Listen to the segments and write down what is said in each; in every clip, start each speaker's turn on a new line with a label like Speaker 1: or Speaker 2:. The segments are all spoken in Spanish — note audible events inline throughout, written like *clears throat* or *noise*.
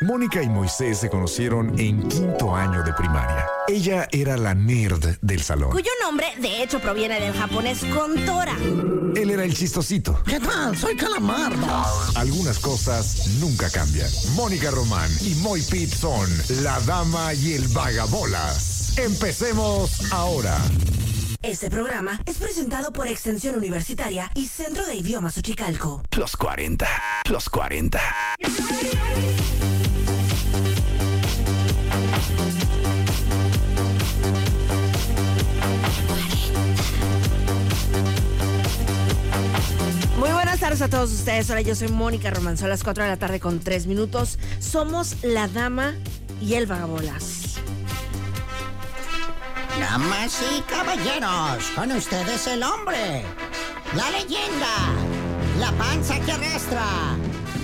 Speaker 1: Mónica y Moisés se conocieron en quinto año de primaria. Ella era la nerd del salón.
Speaker 2: cuyo nombre de hecho proviene del japonés Contora.
Speaker 1: Él era el chistosito.
Speaker 3: ¿Qué tal? Soy Calamar.
Speaker 1: Algunas cosas nunca cambian. Mónica Román y Moy Pitt son la dama y el vagabolas. Empecemos ahora.
Speaker 4: Este programa es presentado por Extensión Universitaria y Centro de Idiomas Uchicalco.
Speaker 5: Los 40. Los 40.
Speaker 2: Muy buenas tardes a todos ustedes. Hola, yo soy Mónica Román. Son las 4 de la tarde con 3 minutos. Somos la dama y el vagabolas.
Speaker 3: Damas y caballeros, con ustedes el hombre, la leyenda, la panza que arrastra,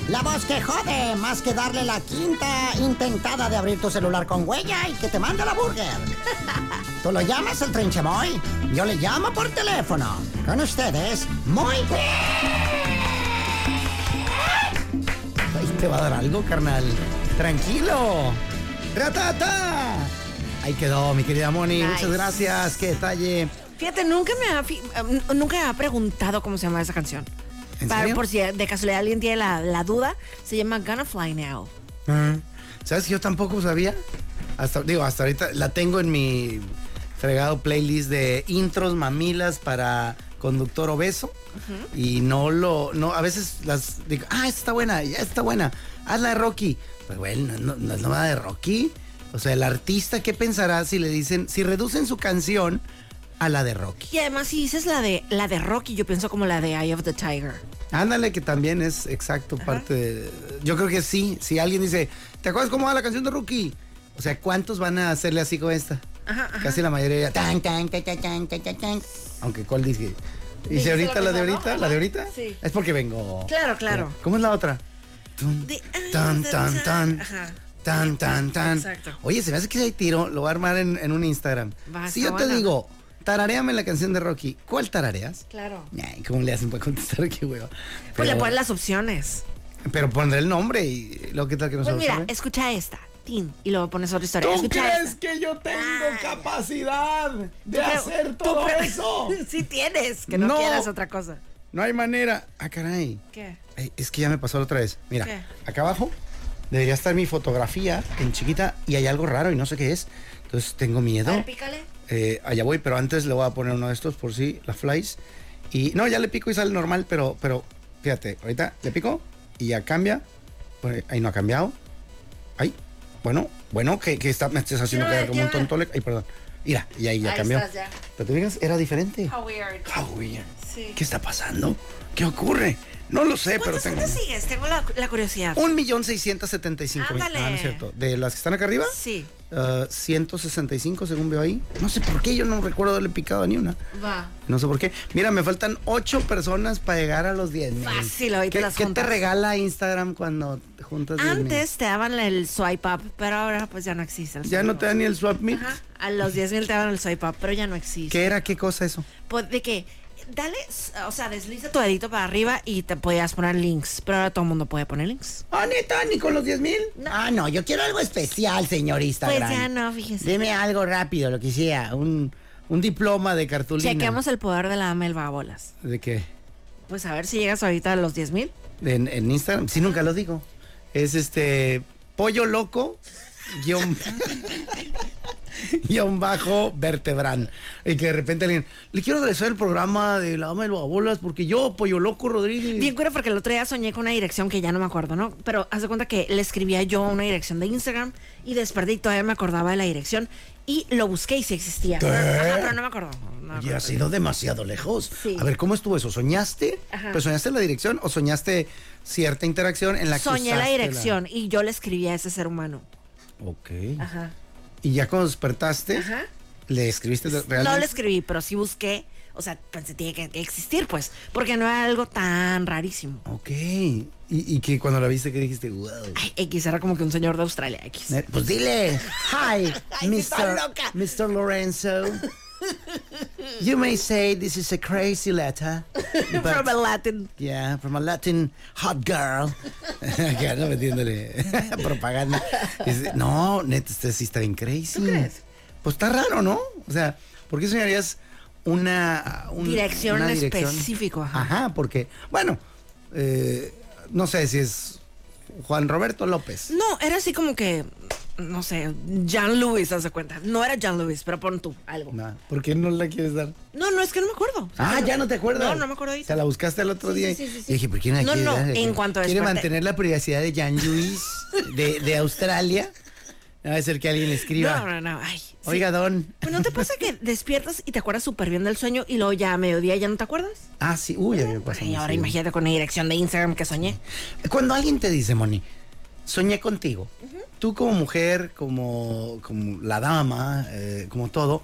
Speaker 3: la voz que jode más que darle la quinta intentada de abrir tu celular con huella y que te manda la burger. Tú lo llamas el trinchemoy, yo le llamo por teléfono. Con ustedes, muy bien. Ay, te va a dar algo, carnal. Tranquilo. ¡Ratata! Ahí quedó, mi querida Moni.
Speaker 2: Nice.
Speaker 3: Muchas gracias. Qué detalle.
Speaker 2: Fíjate, nunca me ha, fi- um, nunca me ha preguntado cómo se llama esa canción.
Speaker 3: ¿En
Speaker 2: Para-
Speaker 3: serio?
Speaker 2: Por si de casualidad alguien tiene la, la duda, se llama Gonna Fly Now.
Speaker 3: Ah, ¿Sabes? que Yo tampoco sabía. Hasta, digo, hasta ahorita la tengo en mi fregado playlist de intros mamilas para conductor obeso. Y no lo. no A veces las digo, ah, esta está buena, ya está buena. Hazla de Rocky. Pues bueno, no, no es nada de Rocky. O sea, el artista, ¿qué pensará si le dicen, si reducen su canción a la de Rocky?
Speaker 2: Y además, si dices la de, la de Rocky, yo pienso como la de Eye of the Tiger.
Speaker 3: Ándale, que también es exacto parte de... Yo creo que sí. Si alguien dice, ¿te acuerdas cómo va la canción de Rookie? O sea, ¿cuántos van a hacerle así con esta? Casi la mayoría. Tan, tan, tan, tan, tan, tan, tan, tan. Aunque Cole dice... ¿Y si
Speaker 2: Dijiste
Speaker 3: ahorita
Speaker 2: lo
Speaker 3: la de
Speaker 2: mismo, ¿no?
Speaker 3: ahorita? ¿La
Speaker 2: Ajá.
Speaker 3: de ahorita?
Speaker 2: Sí.
Speaker 3: Es porque vengo...
Speaker 2: Claro, claro.
Speaker 3: ¿Cómo es la otra? Tun,
Speaker 2: De-
Speaker 3: Tan, tan, tan.
Speaker 2: Ajá.
Speaker 3: Tan, tan, tan.
Speaker 2: Exacto.
Speaker 3: Oye, se me hace que si hay tiro, lo voy a armar en, en un Instagram.
Speaker 2: Va,
Speaker 3: si
Speaker 2: está
Speaker 3: yo te
Speaker 2: buena.
Speaker 3: digo, tarareame la canción de Rocky, ¿cuál tarareas?
Speaker 2: Claro.
Speaker 3: Ay, ¿Cómo le hacen para contestar *laughs* qué hueva?
Speaker 2: Pues le
Speaker 3: Pero-
Speaker 2: pones las opciones.
Speaker 3: Pero pondré el nombre y lo que tal que no
Speaker 2: Pues
Speaker 3: se lo
Speaker 2: mira,
Speaker 3: sabe.
Speaker 2: escucha esta. Tin. Y luego pones otra historia.
Speaker 3: ¿Tú
Speaker 2: escucha
Speaker 3: crees
Speaker 2: esta.
Speaker 3: que yo tengo
Speaker 2: Ah.
Speaker 3: capacidad de
Speaker 2: Tú pre-
Speaker 3: hacer
Speaker 2: tú
Speaker 3: todo
Speaker 2: pre-
Speaker 3: eso?
Speaker 2: *laughs* sí tienes, que no,
Speaker 3: No.
Speaker 2: quieras otra cosa.
Speaker 3: No hay manera. Ah, caray.
Speaker 2: ¿Qué?
Speaker 3: Ay, es que ya me pasó la otra vez. Mira,
Speaker 2: ¿Qué?
Speaker 3: acá abajo debería estar mi fotografía en chiquita y hay algo raro y no sé qué es. Entonces tengo miedo.
Speaker 2: A ver, pícale.
Speaker 3: Eh, allá voy, pero antes le voy a poner uno de estos por si las flies. Y no, ya le pico y sale normal, pero, pero fíjate, ahorita le pico y ya cambia. Bueno, ahí no ha cambiado. Ay, bueno, bueno, que, que está, me estás haciendo
Speaker 2: Quiero ver,
Speaker 3: quedar como un
Speaker 2: quiero ver.
Speaker 3: tonto. le- Ay, perdón. Mira, y ahí ya
Speaker 2: Ahí
Speaker 3: cambió.
Speaker 2: estás ya.
Speaker 3: Pero te fijas, era diferente.
Speaker 2: How weird.
Speaker 3: How weird.
Speaker 2: Sí.
Speaker 3: ¿Qué está pasando? ¿Qué ocurre? No lo sé, pero
Speaker 2: ¿Cuántas
Speaker 3: tengo.
Speaker 2: cuentas sigues? Tengo la, la curiosidad.
Speaker 3: Un millón seiscientos setenta y cinco mil. Ah,
Speaker 2: Ándale.
Speaker 3: no es cierto. ¿De las que están acá arriba?
Speaker 2: Sí.
Speaker 3: Uh, 165 según veo ahí. No sé por qué, yo no recuerdo haberle picado a ni una.
Speaker 2: Va.
Speaker 3: No sé por qué. Mira, me faltan 8 personas para llegar a los 10
Speaker 2: Fácil, ahorita
Speaker 3: ¿Qué,
Speaker 2: las
Speaker 3: qué te
Speaker 2: juntas.
Speaker 3: regala Instagram cuando te juntas 10,000?
Speaker 2: Antes te daban el swipe up, pero ahora pues ya no existe. el
Speaker 3: Ya
Speaker 2: swipe
Speaker 3: no
Speaker 2: up.
Speaker 3: te dan ni el swap meet.
Speaker 2: Ajá. A los 10 mil te daban el swipe up, pero ya no existe.
Speaker 3: ¿Qué era? ¿Qué cosa eso?
Speaker 2: Pues, de que, dale, s- o sea, desliza tu dedito para arriba y te podías poner links, pero ahora todo el mundo puede poner links.
Speaker 3: Ah, neta, ni con los 10 mil. Ah, no, yo quiero algo especial, señor Instagram.
Speaker 2: Pues ya no, fíjese.
Speaker 3: Deme algo rápido, lo que sea. Un, un diploma de cartulina.
Speaker 2: Chequeamos el poder de la Mel Babolas.
Speaker 3: ¿De qué?
Speaker 2: Pues a ver si llegas ahorita a los 10 mil.
Speaker 3: En, en Instagram, sí, nunca lo digo. Es este pollo loco guión, guión bajo vertebral. Y que de repente alguien, le quiero agradecer el programa de la dama de las bolas porque yo, pollo loco Rodríguez.
Speaker 2: Bien cura porque el otro día soñé con una dirección que ya no me acuerdo, ¿no? Pero haz de cuenta que le escribía yo una dirección de Instagram y desperté y todavía me acordaba de la dirección y lo busqué y sí existía. Ajá, pero no me acuerdo. no me
Speaker 3: Y
Speaker 2: acuerdo.
Speaker 3: ha sido demasiado lejos.
Speaker 2: Sí.
Speaker 3: A ver, ¿cómo estuvo eso? ¿Soñaste?
Speaker 2: Ajá.
Speaker 3: ¿Pero soñaste la dirección o soñaste cierta interacción en la que
Speaker 2: Soñé la
Speaker 3: usaste
Speaker 2: dirección y yo le escribí a ese ser humano.
Speaker 3: Ok.
Speaker 2: Ajá.
Speaker 3: Y ya cuando despertaste,
Speaker 2: Ajá.
Speaker 3: ¿le escribiste realmente?
Speaker 2: No le escribí, pero sí busqué. O sea, pensé tiene que que existir, pues, porque no era algo tan rarísimo.
Speaker 3: Ok. ¿Y, y que cuando la viste, que dijiste? Wow.
Speaker 2: Ay, X era como que un señor de Australia X. *laughs*
Speaker 3: Eh, Pues dile, hi,
Speaker 2: Ay, sí,
Speaker 3: Mr.
Speaker 2: estaba loca.
Speaker 3: Mr. Lorenzo. You may say this is a crazy
Speaker 2: *laughs*
Speaker 3: letter. but-
Speaker 2: From a Latin.
Speaker 3: Yeah, from a Latin hot
Speaker 2: *laughs*
Speaker 3: girl. Acá no metiéndole *laughs* propaganda. Es- no, neta, este sí está bien crazy. ¿Tú
Speaker 2: crees?
Speaker 3: Pues está raro, ¿no? O sea, ¿por qué señorías una, un-
Speaker 2: Dirección
Speaker 3: una
Speaker 2: específico, ajá.
Speaker 3: Ajá. porque, bueno, eh, no sé si es Juan Roberto López.
Speaker 2: No, era así como que, no sé, Jean Louis, haz de cuenta. No era Jean Louis, pero pon tú algo.
Speaker 3: No, ¿Por qué no la quieres dar?
Speaker 2: No, no, es que no me acuerdo.
Speaker 3: Ah, ya no te acuerdas.
Speaker 2: No, no me acuerdo ahorita.
Speaker 3: Te la buscaste el otro
Speaker 2: Sí,
Speaker 3: día.
Speaker 2: sí, sí, sí, sí.
Speaker 3: Y dije, ¿por quién la
Speaker 2: No,
Speaker 3: quiere
Speaker 2: no,
Speaker 3: dar?
Speaker 2: en cuanto a
Speaker 3: Quiere
Speaker 2: despertar-
Speaker 3: mantener la privacidad de Jan Luis de, de Australia. No va a ser que alguien le escriba.
Speaker 2: No, no, no. Ay, sí.
Speaker 3: Oiga, don.
Speaker 2: Pues, ¿No te pasa que despiertas y te acuerdas súper bien del sueño y luego ya a mediodía ya no te acuerdas?
Speaker 3: Ah, sí. Uy, ya me pasó.
Speaker 2: Y ahora
Speaker 3: Sí.
Speaker 2: imagínate con la dirección de Instagram que soñé.
Speaker 3: Cuando alguien te dice, Moni, soñé contigo. Tú como mujer, como, como la dama, eh, como todo.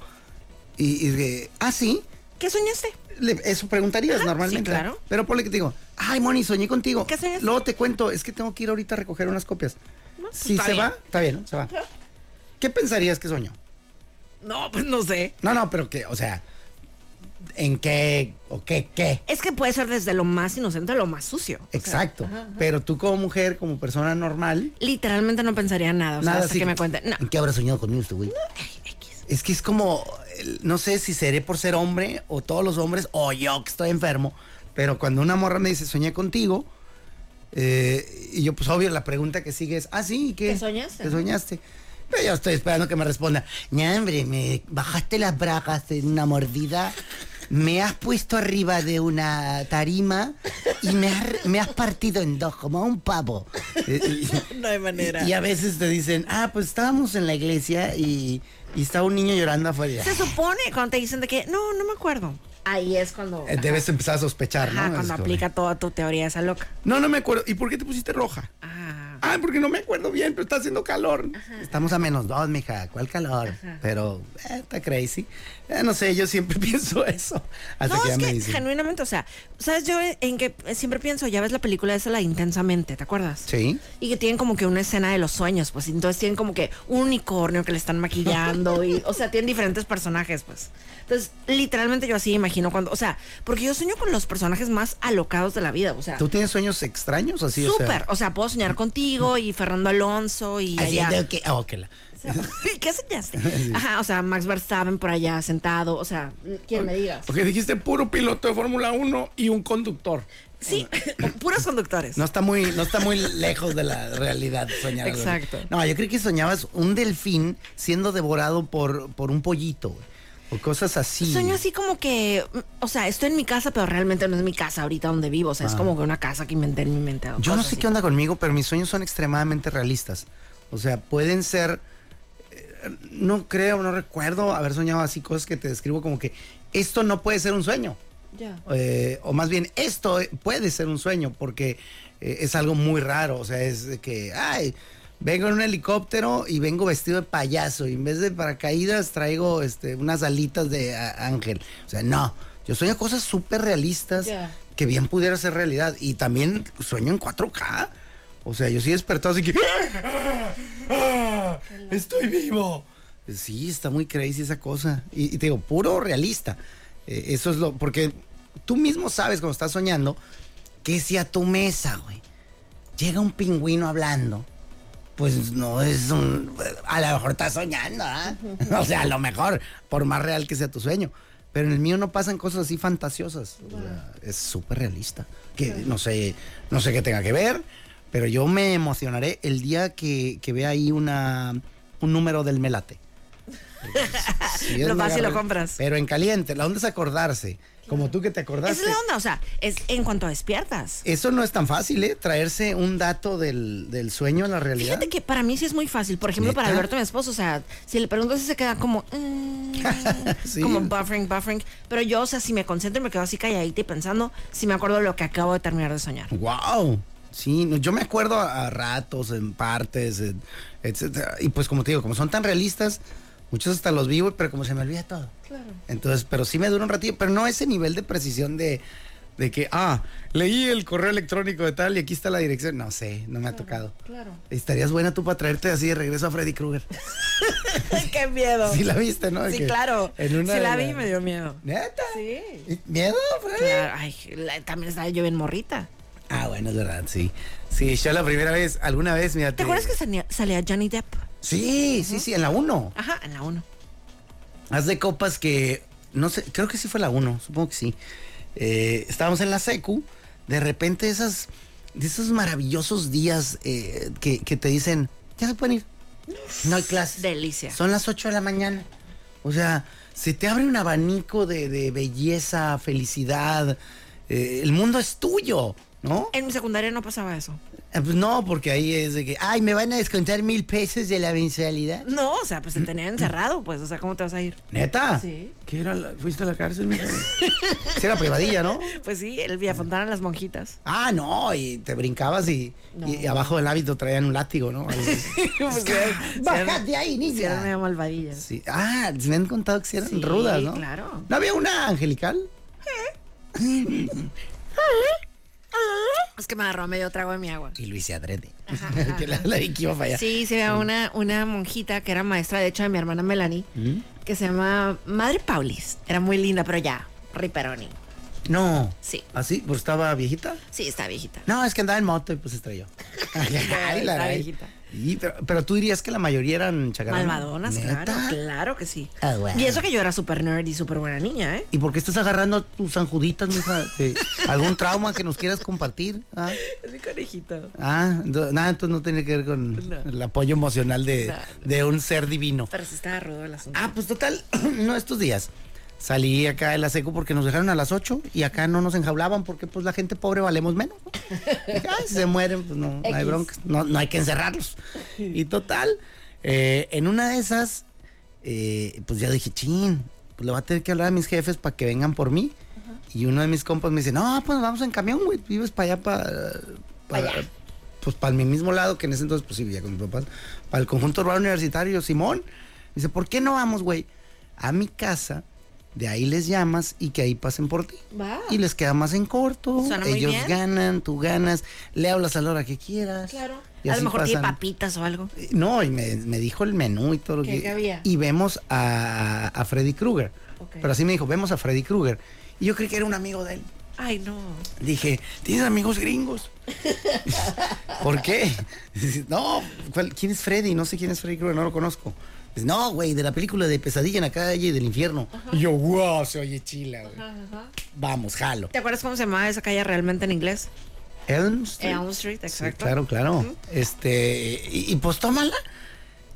Speaker 3: Y, y de, ah, sí.
Speaker 2: ¿Qué soñaste?
Speaker 3: Le- eso preguntarías
Speaker 2: Ajá,
Speaker 3: normalmente.
Speaker 2: Ah, sí, claro.
Speaker 3: Pero ponle que te digo, ay, Moni, soñé contigo.
Speaker 2: ¿Qué soñaste?
Speaker 3: Luego te cuento, es que tengo que ir ahorita a recoger unas copias.
Speaker 2: No, pues,
Speaker 3: si
Speaker 2: está
Speaker 3: se
Speaker 2: bien.
Speaker 3: va, está bien, ¿no? Se va. ¿Qué pensarías que soñó?
Speaker 2: No, pues no sé.
Speaker 3: No, no, pero que, o sea, ¿en qué o qué, qué?
Speaker 2: Es que puede ser desde lo más inocente a lo más sucio. O sea,
Speaker 3: Exacto. Pero tú como mujer, como persona normal,
Speaker 2: literalmente no pensaría nada. O sea,
Speaker 3: nada
Speaker 2: hasta
Speaker 3: así.
Speaker 2: que me cuenten.
Speaker 3: *laughs*
Speaker 2: No.
Speaker 3: ¿En qué habrá soñado conmigo este güey?
Speaker 2: Ay, X.
Speaker 3: Es que es como, el- no sé si seré por ser hombre o todos los hombres o yo que estoy enfermo, pero cuando una morra me dice soñé contigo, eh, y yo pues obvio la pregunta que sigue es, ah, sí, ¿y ¿qué?
Speaker 2: ¿Qué soñaste?
Speaker 3: ¿Qué soñaste? Pero yo estoy esperando que me responda, "Ña, hombre, me bajaste las bragas en una mordida, me has puesto arriba de una tarima y me has, me has partido en dos como a
Speaker 2: *laughs*
Speaker 3: un pavo. Eh, y-
Speaker 2: No hay
Speaker 3: y, y a veces te dicen, ah, pues estábamos en la iglesia y, y estaba un niño llorando afuera.
Speaker 2: Se supone cuando te dicen de que no, no me acuerdo. Ahí es cuando.
Speaker 3: Eh, Debes empezar a sospechar,
Speaker 2: Ajá,
Speaker 3: ¿no? Es
Speaker 2: cuando
Speaker 3: como-
Speaker 2: aplica toda tu teoría esa loca.
Speaker 5: No, no me acuerdo. ¿Y por qué te pusiste roja?
Speaker 2: Ah.
Speaker 5: Ah, porque no me acuerdo bien, pero está haciendo calor.
Speaker 3: Estamos a menos dos, mija, ¿cuál calor? Pero eh, está crazy. Eh, no sé, yo siempre *laughs* pienso eso. Hasta
Speaker 2: No,
Speaker 3: que ya
Speaker 2: es
Speaker 3: me
Speaker 2: que
Speaker 3: dicen.
Speaker 2: genuinamente, o sea, ¿sabes yo en que siempre pienso? Ya ves la película esa, la de intensamente, ¿te acuerdas?
Speaker 3: Sí.
Speaker 2: Y que tienen como que una escena de los sueños, pues entonces tienen como que un unicornio que le están maquillando y, o sea, tienen diferentes personajes, pues. Entonces, literalmente yo así imagino cuando, o sea, porque yo sueño con los personajes más alocados de la vida, o sea,
Speaker 3: ¿Tú tienes sueños extraños así? o sea,
Speaker 2: súper, o sea, puedo soñar contigo y Fernando Alonso y allá.
Speaker 3: haciendo que. oh, que la-
Speaker 2: O sea, *laughs* ¿Qué
Speaker 3: *laughs*
Speaker 2: soñaste? Ajá, o sea, Max Verstappen por allá sentado, o sea, quien me digas.
Speaker 5: Porque dijiste puro piloto de Fórmula 1 y un conductor.
Speaker 2: Sí, *coughs* puros conductores.
Speaker 3: No está muy, no está muy lejos de la realidad soñar. algo así.
Speaker 2: Exacto.
Speaker 3: No, yo creo que soñabas un delfín siendo devorado por, por un pollito, güey, O cosas así.
Speaker 2: Sueño así como que, mm, o sea, estoy en mi casa, pero realmente no es mi casa ahorita donde vivo. O sea, es como que una casa que inventé en mi mente. o
Speaker 3: Ah. Yo no
Speaker 2: cosas
Speaker 3: sé
Speaker 2: así.
Speaker 3: qué onda conmigo, pero mis sueños son extremadamente realistas. O sea, pueden ser. eh, No creo, no recuerdo haber soñado así cosas que te describo como que esto no puede ser un sueño.
Speaker 2: Ya.
Speaker 3: Eh, o más bien, esto puede ser un sueño porque eh, es algo muy raro. O sea, es de que, ay, vengo en un helicóptero y vengo vestido de payaso. Y en vez de paracaídas traigo este, unas alitas de a- ángel. O sea, no. Yo sueño cosas súper realistas
Speaker 2: Ya.
Speaker 3: que bien pudiera ser realidad. Y también sueño en 4K. O sea, yo sí he despertado así que... ¡Ah!
Speaker 5: Estoy vivo.
Speaker 3: Sí, está muy crazy esa cosa. Y, y te digo, puro realista. Eh, eso es lo. Porque tú mismo sabes cuando estás soñando que si a tu mesa, güey, llega un pingüino hablando, pues no es un. A lo mejor estás soñando, ¿ah? O sea, a lo mejor, por más real que sea tu sueño. Pero en el mío no pasan cosas así fantasiosas. O sea, es súper realista. Que no sé, no sé qué tenga que ver, pero yo me emocionaré el día que, que vea ahí una, un número del melate. Sí, es
Speaker 2: *laughs* Lo vas y lo
Speaker 3: agarrar-
Speaker 2: compras.
Speaker 3: Pero en caliente, la onda es acordarse. Como tú que te
Speaker 2: Esa
Speaker 3: acordaste.
Speaker 2: es la onda, o sea, es en cuanto despiertas.
Speaker 3: Eso no es tan fácil, ¿eh? Traerse un dato del, del sueño a la realidad.
Speaker 2: Fíjate que para mí sí es muy fácil. Por ejemplo, para
Speaker 3: ¿Neta?
Speaker 2: Alberto, mi esposo, o sea, si le pregunto, sí se queda como. mm,
Speaker 3: *laughs* Sí.
Speaker 2: Como buffering, buffering. Pero yo, o sea, si me concentro, y me quedo así calladita y pensando si me acuerdo lo que acabo de terminar de soñar.
Speaker 3: ¡Wow! Sí, no, yo me acuerdo a, a ratos, en partes, en- etcétera. Y pues, como te digo, como son tan realistas, muchos hasta los vivo, pero como se me olvida todo. Claro. Entonces, pero sí me dura un ratito, pero no ese nivel de precisión de. De que, ah, leí el correo electrónico de tal y aquí está la dirección. No sé, no me ha tocado.
Speaker 2: *laughs* claro.
Speaker 3: Estarías buena tú para traerte así de regreso a Freddy Krueger.
Speaker 2: *laughs* Qué miedo.
Speaker 3: Sí la viste, ¿no? De
Speaker 2: Sí,
Speaker 3: que
Speaker 2: claro.
Speaker 3: en una
Speaker 2: sí
Speaker 3: de
Speaker 2: la
Speaker 3: las-
Speaker 2: vi y me dio miedo.
Speaker 3: ¿Neta?
Speaker 2: Sí.
Speaker 3: ¿Y- ¿Miedo, Freddy?
Speaker 2: Claro, ay, la- también estaba yo bien morrita.
Speaker 3: Ah, bueno, es verdad, sí. Sí, yo la primera vez, alguna vez, mira.
Speaker 2: ¿Te acuerdas que salía, salía Johnny Depp?
Speaker 3: Sí, sí, sí, en la 1.
Speaker 2: Ajá, en la 1.
Speaker 3: Haz de copas que, no sé, creo que sí fue la 1, supongo que sí. Eh, estábamos en la secu, de repente esas, de esos maravillosos días eh, que, que te dicen, ya se pueden ir, no hay clases.
Speaker 2: Delicia.
Speaker 3: Son las 8 de la mañana. O sea, se te abre un abanico de, de belleza, felicidad, eh, el mundo es tuyo, ¿no?
Speaker 2: En mi secundaria no pasaba eso.
Speaker 3: Eh, Pues no, porque ahí es de que, ay, me van a descontar mil pesos de la mensualidad.
Speaker 2: No, o sea, pues te tenían encerrado, pues. O sea, ¿cómo te vas a ir?
Speaker 3: ¿Neta?
Speaker 2: Sí.
Speaker 5: ¿Qué era? la- ¿Fuiste a la cárcel, mija?
Speaker 3: Sí, era privadilla, ¿no?
Speaker 2: Pues sí, el Villafontana Las Monjitas.
Speaker 3: Ah, no, y te brincabas y, y abajo del hábito traían un látigo, ¿no? Algo así.
Speaker 2: *laughs* Pues, sí,
Speaker 3: Bájate de ahí,
Speaker 2: sí, eran medio
Speaker 3: niña.
Speaker 2: malvadillas.
Speaker 3: Sí. Ah, me han contado que sí eran
Speaker 2: Sí,
Speaker 3: rudas, ¿no?
Speaker 2: claro.
Speaker 3: ¿No había una angelical?
Speaker 2: Es que me agarró medio trago de mi agua.
Speaker 3: Y Luis Adrede. *laughs* que la, la Vicky iba a fallar.
Speaker 2: Sí, se veía una, una monjita que era maestra, de hecho, de mi hermana Melanie, que se llama Madre Paulis. Era muy linda, pero ya, riperoni.
Speaker 3: No.
Speaker 2: Sí.
Speaker 3: ¿Así? ¿Pues estaba viejita?
Speaker 2: Sí, está viejita.
Speaker 3: No, es que andaba en moto y pues se
Speaker 2: *laughs*
Speaker 3: estrelló. Ay, la
Speaker 2: Está
Speaker 3: raíz.
Speaker 2: viejita.
Speaker 3: Y, pero, pero tú dirías que la mayoría eran chacalones.
Speaker 2: Malvadonas,
Speaker 3: ¿Neta?
Speaker 2: claro, claro que sí.
Speaker 3: Ah, bueno.
Speaker 2: Y eso que yo era súper nerd y súper buena niña, ¿eh?
Speaker 3: ¿Y por qué estás agarrando a tus anjuditas, mija? ¿Te- ¿Algún trauma que nos quieras compartir? Ah,
Speaker 2: Es mi conejito.
Speaker 3: ah, ento- nada, entonces no tiene que ver con
Speaker 2: No.
Speaker 3: el apoyo emocional de,
Speaker 2: No,
Speaker 3: de un ser divino.
Speaker 2: Pero sí estaba rudo el asunto.
Speaker 3: Ah, pues total, *clears throat* no estos días. Salí acá de la seco porque nos dejaron a las 8 y acá no nos enjaulaban porque pues la gente pobre valemos menos. ¿no? Dije, "Ay, si se mueren, pues no, no hay
Speaker 2: X.
Speaker 3: broncas, no, no hay que encerrarlos. Y total, eh, en una de esas, eh, pues ya dije, chin, pues le voy a tener que hablar a mis jefes para que vengan por mí. Y uno de mis compas me dice, no, pues vamos en camión, güey, vives para allá, para...
Speaker 2: Pa' allá.
Speaker 3: Pues para mi mismo lado, que en ese entonces, pues sí, vivía con mis papás, para el conjunto urbano universitario, Simón. Dice, ¿por qué no vamos, güey? A mi casa, de ahí les llamas y que ahí pasen por ti.
Speaker 2: Va.
Speaker 3: Y les queda más en corto.
Speaker 2: Suena muy
Speaker 3: Ellos
Speaker 2: bien.
Speaker 3: ganan, tú ganas, le hablas a la hora que quieras.
Speaker 2: Claro.
Speaker 3: Y
Speaker 2: A lo
Speaker 3: así
Speaker 2: mejor tiene
Speaker 3: pasan.
Speaker 2: papitas o algo.
Speaker 3: Eh, No, y me, me dijo el menú y todo lo
Speaker 2: ¿Qué-
Speaker 3: que.
Speaker 2: qué había?
Speaker 3: Y vemos a, a Freddy Krueger.
Speaker 2: Ok.
Speaker 3: Pero así me dijo, vemos a Freddy Krueger. Y yo creí que era un amigo de él.
Speaker 2: Ay, no.
Speaker 3: Dije, ¿tienes amigos gringos? ¿Por qué? Dice, No, ¿cuál- ¿quién es Freddy? No sé quién es Freddy Krueger, no lo conozco. Dice, no, güey, de la película de Pesadilla en la calle del infierno. Y yo, wow, se oye chila, güey. Vamos, jalo.
Speaker 2: ¿Te acuerdas cómo se llamaba esa calle realmente en inglés? Eh,
Speaker 3: Elm Street.
Speaker 2: Elm Street,
Speaker 3: Sí,
Speaker 2: exacto.
Speaker 3: claro, claro. Este, y, y pues tómala.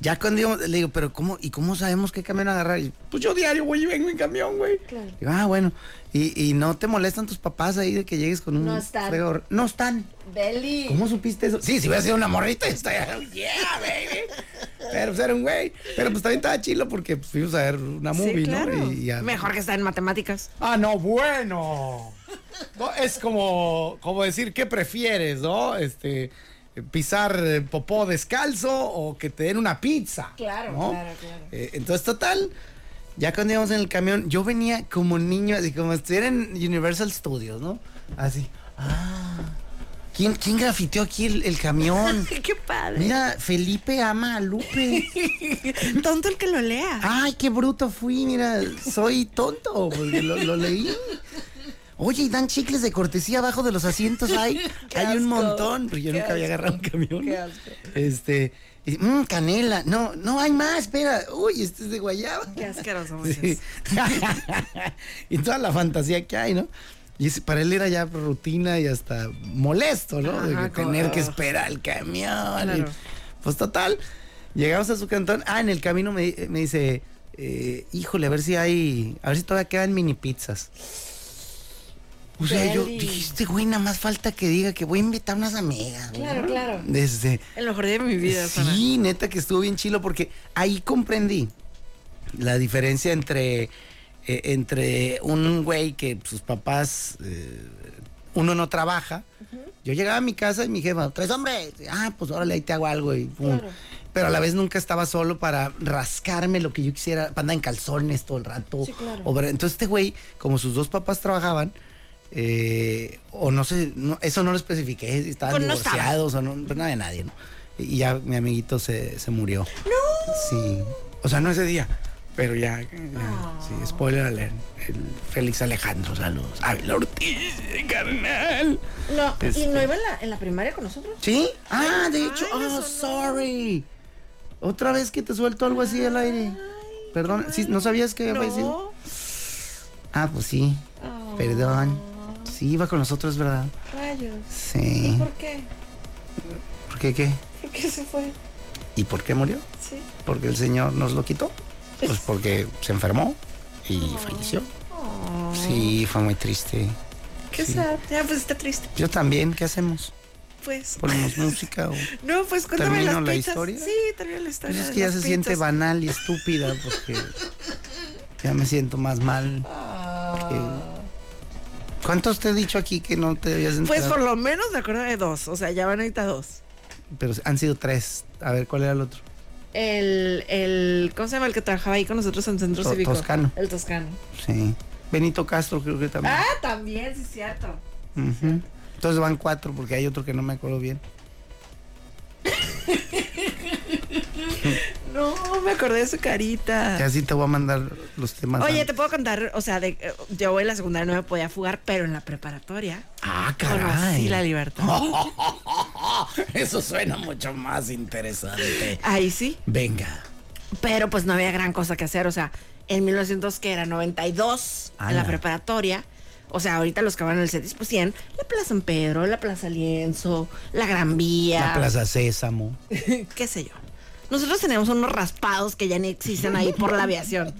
Speaker 3: Ya cuando yo le digo, pero ¿cómo, ¿y cómo sabemos qué camión agarrar? Y,
Speaker 5: Pues yo diario, güey, y vengo en camión, güey.
Speaker 3: digo, ah, bueno. Y, y no te molestan tus papás ahí de que llegues con un
Speaker 2: No están.
Speaker 3: fregador. No están.
Speaker 2: Deli.
Speaker 3: ¿Cómo supiste eso? Sí, si hubiera sido una morrita, estaría, "Oh, yeah,
Speaker 2: *laughs*
Speaker 3: baby. Pero pues era un güey. Pero pues también estaba chilo porque pues, fuimos a ver una movie,
Speaker 2: sí, claro.
Speaker 3: ¿no? Y ya-
Speaker 2: Mejor que está en *laughs* matemáticas.
Speaker 3: Ah, no, bueno. No, es como, como decir, ¿qué prefieres, no? Este, pisar eh, popó descalzo o que te den una pizza.
Speaker 2: Claro,
Speaker 3: ¿no?
Speaker 2: claro, claro.
Speaker 3: Eh, entonces, total, ya cuando íbamos en el camión, yo venía como niño, así como estuviera en Universal Studios, ¿no? Así. Ah. ¿Quién, quién grafiteó aquí el,
Speaker 2: *laughs*
Speaker 3: el camión?
Speaker 2: Qué padre.
Speaker 3: Mira, Felipe ama a Lupe.
Speaker 2: Tonto el que lo lea.
Speaker 3: Ay, qué bruto fui, mira, soy tonto, porque lo, lo leí. Oye, y dan chicles de cortesía abajo de los asientos, hay,
Speaker 2: *laughs* Qué
Speaker 3: hay un
Speaker 2: asco,
Speaker 3: montón, pero yo
Speaker 2: qué
Speaker 3: nunca había
Speaker 2: asco,
Speaker 3: agarrado un camión.
Speaker 2: qué asco.
Speaker 3: Este, y, mm, canela, no, no hay más, espera, uy, este es de guayaba.
Speaker 2: Qué asqueroso,
Speaker 3: Sí.
Speaker 2: Moisés.
Speaker 3: *laughs* y toda la fantasía que hay, ¿no? Y ese- para él era ya rutina y hasta molesto, ¿no? De
Speaker 2: Ajá,
Speaker 3: que
Speaker 2: como-
Speaker 3: tener que esperar el camión. y-
Speaker 2: Claro.
Speaker 3: pues total, llegamos a su cantón. Ah, en el camino me, me dice, eh, híjole, a ver si hay, a ver si todavía quedan mini pizzas. O sea, yo
Speaker 2: Deli.
Speaker 3: dijiste, güey, nada más falta que diga que voy a invitar unas amigas. güey".
Speaker 2: Claro, claro.
Speaker 3: Desde,
Speaker 2: El mejor día de mi vida, Sana.
Speaker 3: Sí, neta que estuvo bien chilo porque ahí comprendí la diferencia entre, eh, entre un güey que sus papás, eh, uno no trabaja. Yo llegaba a mi casa y mi jefa, tres hombres, ah, pues órale, ahí te hago algo y pum. Pero a la vez nunca estaba solo para rascarme lo que yo quisiera, para andar en calzones todo el rato. O ver- Entonces este güey, como sus dos papás trabajaban, eh, o no sé, no, eso no lo especifiqué, si estaban
Speaker 2: Pues no estaba.
Speaker 3: divorciados o no, pues nada de nadie, ¿no? Y ya mi amiguito se, se murió. ¡No! Sí. O sea, no ese día, pero ya, ya,
Speaker 2: Ah.
Speaker 3: sí, spoiler alert. El Félix Alejandro, saludos. Ávila Ortiz, carnal.
Speaker 2: No,
Speaker 3: Este.
Speaker 2: y no iba en la, en la primaria con nosotros.
Speaker 3: ¿Sí? Ah, de hecho,
Speaker 2: Ay, me sonó.
Speaker 3: oh, sorry. Otra vez que te suelto algo así al aire. Perdón, ¿sí? ¿no sabías que había fallecido?
Speaker 2: No.
Speaker 3: Ah, pues sí. Perdón. Sí, iba con nosotros, ¿verdad?
Speaker 2: Rayos.
Speaker 3: Sí.
Speaker 2: ¿Por qué?
Speaker 3: ¿Por qué qué?
Speaker 2: ¿Por qué se fue?
Speaker 3: ¿Y por qué murió?
Speaker 2: Sí.
Speaker 3: Porque el Señor nos lo quitó. Pues porque se enfermó y falleció. Sí, fue muy triste.
Speaker 2: Qué
Speaker 3: Sí.
Speaker 2: sad. Ya, pues está triste.
Speaker 3: Yo también, ¿qué hacemos?
Speaker 2: Pues. *laughs*
Speaker 3: ¿Ponemos música o...?
Speaker 2: No, pues cuéntame
Speaker 3: ¿Termino
Speaker 2: las
Speaker 3: la
Speaker 2: pizzas.
Speaker 3: historia?
Speaker 2: Sí, termina la historia.
Speaker 3: Pues es
Speaker 2: de
Speaker 3: que ya
Speaker 2: las
Speaker 3: se siente
Speaker 2: pizzas.
Speaker 3: banal y estúpida porque ya me siento más mal. que- ¿Cuántos te he dicho aquí que no te habías
Speaker 2: Pues
Speaker 3: enterado?
Speaker 2: por lo menos me acuerdo de dos. O sea, ya van ahorita dos.
Speaker 3: Pero han sido tres. A ver, ¿cuál era el otro?
Speaker 2: El, el, ¿cómo se llama? El que trabajaba ahí con nosotros en el centro
Speaker 3: To-
Speaker 2: cívico.
Speaker 3: Toscano. Mm.
Speaker 2: El toscano.
Speaker 3: Sí. Benito Castro creo que también.
Speaker 2: Ah, también, sí, es cierto.
Speaker 3: Ujú. Entonces van cuatro porque hay otro que no me acuerdo bien.
Speaker 2: No, me acordé de su carita.
Speaker 3: Ya sí te voy a mandar los temas.
Speaker 2: Oye, te
Speaker 3: antes.
Speaker 2: puedo contar, o sea, de, eh, yo en la secundaria no me podía fugar, pero en la preparatoria
Speaker 3: Ah,
Speaker 2: conocí la libertad.
Speaker 3: *laughs* Eso suena mucho más interesante.
Speaker 2: Ahí sí,
Speaker 3: Venga.
Speaker 2: pero pues no había gran cosa que hacer, o sea, en 1900 que era 92 en
Speaker 3: Ala.
Speaker 2: la preparatoria, o sea, ahorita los que van en el CETIS, pues 100, la Plaza San Pedro, la Plaza Lienzo, la Gran Vía,
Speaker 3: La Plaza Sésamo.
Speaker 2: qué sé yo. Nosotros teníamos unos raspados que ya ni existen ahí por la aviación.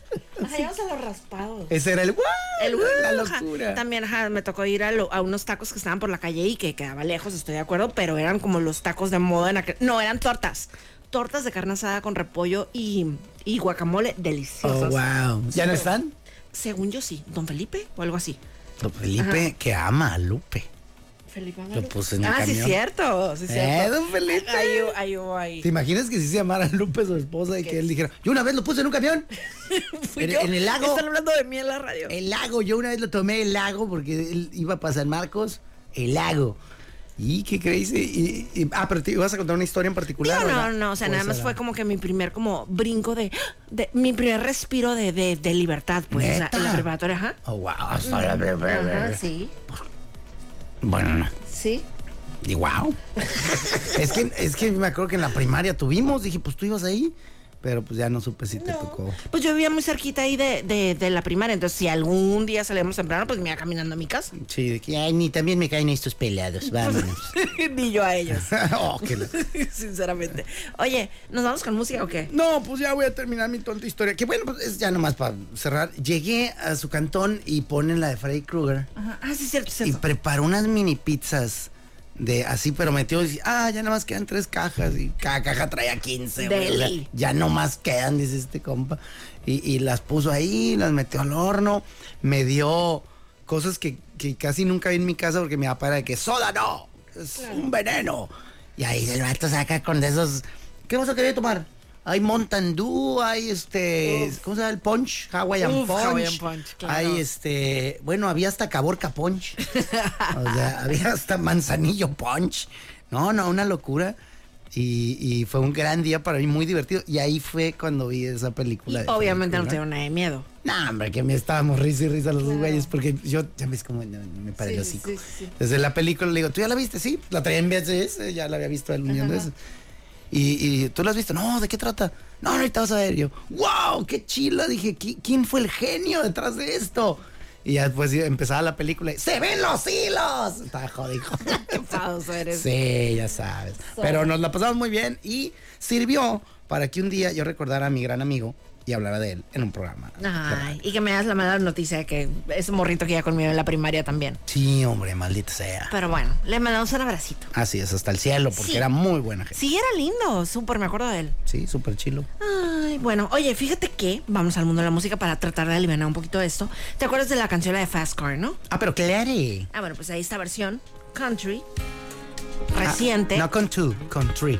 Speaker 2: Hacíamos a los raspados.
Speaker 3: Ese era el... ¡guau!
Speaker 2: El
Speaker 3: la
Speaker 2: Wuhan.
Speaker 3: locura.
Speaker 2: También ajá, me tocó ir a, lo- a unos tacos que estaban por la calle y que quedaba lejos, estoy de acuerdo, pero eran como los tacos de moda en aquel- No, eran tortas. Tortas de carne asada con repollo y, y guacamole
Speaker 3: Oh,
Speaker 2: deliciosas.
Speaker 3: wow. ¿Ya no están?
Speaker 2: Según yo sí, Don Felipe o algo así.
Speaker 3: Don Felipe, que ama a Lupe.
Speaker 2: Felipe
Speaker 3: Lo puse en el
Speaker 2: Ah, sí,
Speaker 3: camión.
Speaker 2: cierto. oh, Sí,
Speaker 3: Eh,
Speaker 2: cierto.
Speaker 3: don Felipe.
Speaker 2: Ahí, hubo- ahí, hubo ahí.
Speaker 3: ¿Te imaginas que si se llamara Lupe su esposa y que él dijera, yo una vez lo puse en un camión?
Speaker 2: Fui
Speaker 3: en-
Speaker 2: yo.
Speaker 3: en el lago.
Speaker 2: Están hablando de mí en la radio.
Speaker 3: El lago, yo una vez lo tomé el lago porque él iba para San Marcos, el lago. ¿Y qué crees? Y- y- ah, pero te ibas a contar una historia en particular.
Speaker 2: No,
Speaker 3: o
Speaker 2: no,
Speaker 3: la-
Speaker 2: no, o sea, nada
Speaker 3: esa
Speaker 2: más
Speaker 3: la-
Speaker 2: fue como que mi primer como brinco de, de- mi primer respiro de, de, de libertad, pues, o sea, en la
Speaker 3: ¿Neta?
Speaker 2: preparatoria, ajá.
Speaker 3: Oh, wow. hasta la-
Speaker 2: Mm. Ajá, sí,
Speaker 3: Bueno, no.
Speaker 2: sí.
Speaker 3: Y
Speaker 2: *laughs*
Speaker 3: wow. es, que, es que me acuerdo que en la primaria tuvimos, dije, pues tú ibas ahí, pero pues ya no supe si te tocó.
Speaker 2: Pues yo vivía muy cerquita ahí de, de, de la primaria, entonces si algún día salíamos temprano, pues me iba caminando a mi casa. *laughs*
Speaker 3: Sí, de que, ay, ni también me caen estos pelados, vámonos. *laughs*
Speaker 2: Ni yo a ellos, *laughs*
Speaker 3: Oh, qué la-
Speaker 2: sinceramente. Oye, ¿nos vamos con música o qué?
Speaker 3: No, pues ya voy a terminar mi tonta historia. Que bueno, pues es ya nomás para cerrar. Llegué a su cantón y ponen la de Freddy Krueger
Speaker 2: Ajá. Ah, sí, cierto,
Speaker 3: y
Speaker 2: cierto.
Speaker 3: preparó unas mini pizzas de así, pero metió y dice, ah, ya nomás quedan tres cajas y cada caja traía 15, güey.
Speaker 2: Deli.
Speaker 3: La- Ya nomás quedan, dice este compa. Y, y las puso ahí, las metió al horno, me dio cosas que, que casi nunca vi en mi casa porque mi papá era de que soda no, es un veneno. Y ahí el vato saca con de esos, ¿qué vas a querer tomar? Hay Montandú, hay este, ¿cómo se llama el punch? Hawaiian
Speaker 2: Uf,
Speaker 3: punch.
Speaker 2: Hawaiian punch, claro.
Speaker 3: Hay este, bueno, había hasta Caborca Punch. O
Speaker 2: *laughs*
Speaker 3: sea, había hasta Manzanillo Punch. No, no, una locura. Y, y fue un gran día para mí, muy divertido. Y ahí fue cuando vi esa
Speaker 2: Y
Speaker 3: película. de
Speaker 2: obviamente no
Speaker 3: Freddy
Speaker 2: tengo nada de miedo.
Speaker 3: Krueger. No, Ah, hombre, que me estábamos risa y risa los dos güeyes, porque yo, ya ves cómo no, me paré el
Speaker 2: Sí,
Speaker 3: hocico.
Speaker 2: sí, sí, sí.
Speaker 3: Desde la película le digo, ¿tú ya la viste? Sí, la traía en VHS, ya la había visto él un millón de veces. Y, y, tú la has visto, no, ¿de qué trata? No, ahorita vas a ver. Y Yo, wow, qué chila. Dije, "¿Qui- ¿quién fue el genio detrás de esto? Y ya después sí, empezaba la película. y, ¡Se ven los hilos! Estaba jodido.
Speaker 2: Pausa, eres.
Speaker 3: Sí, ya sabes. Pero nos la pasamos muy bien y sirvió para que un día yo recordara a mi gran amigo y hablara de él en un programa.
Speaker 2: Ah. Ay, y que me das la mala noticia de que ese morrito que ya conmigo en la primaria también.
Speaker 3: Sí, hombre, maldita sea.
Speaker 2: Pero bueno, le mandamos un abracito.
Speaker 3: Así es, hasta el cielo, porque
Speaker 2: Sí.
Speaker 3: era muy buena gente.
Speaker 2: Sí, era lindo, súper, me acuerdo de él.
Speaker 3: Sí, súper chilo.
Speaker 2: Ay, bueno, oye, fíjate que vamos al mundo de la música para tratar de aliviar un poquito esto. ¿Te acuerdas de la canción la de Fast Car, no?
Speaker 3: Ah, pero claro.
Speaker 2: Ah, bueno, pues ahí esta Ah,
Speaker 3: Ah,
Speaker 2: versión, country, reciente. *laughs*
Speaker 3: no con two, con three.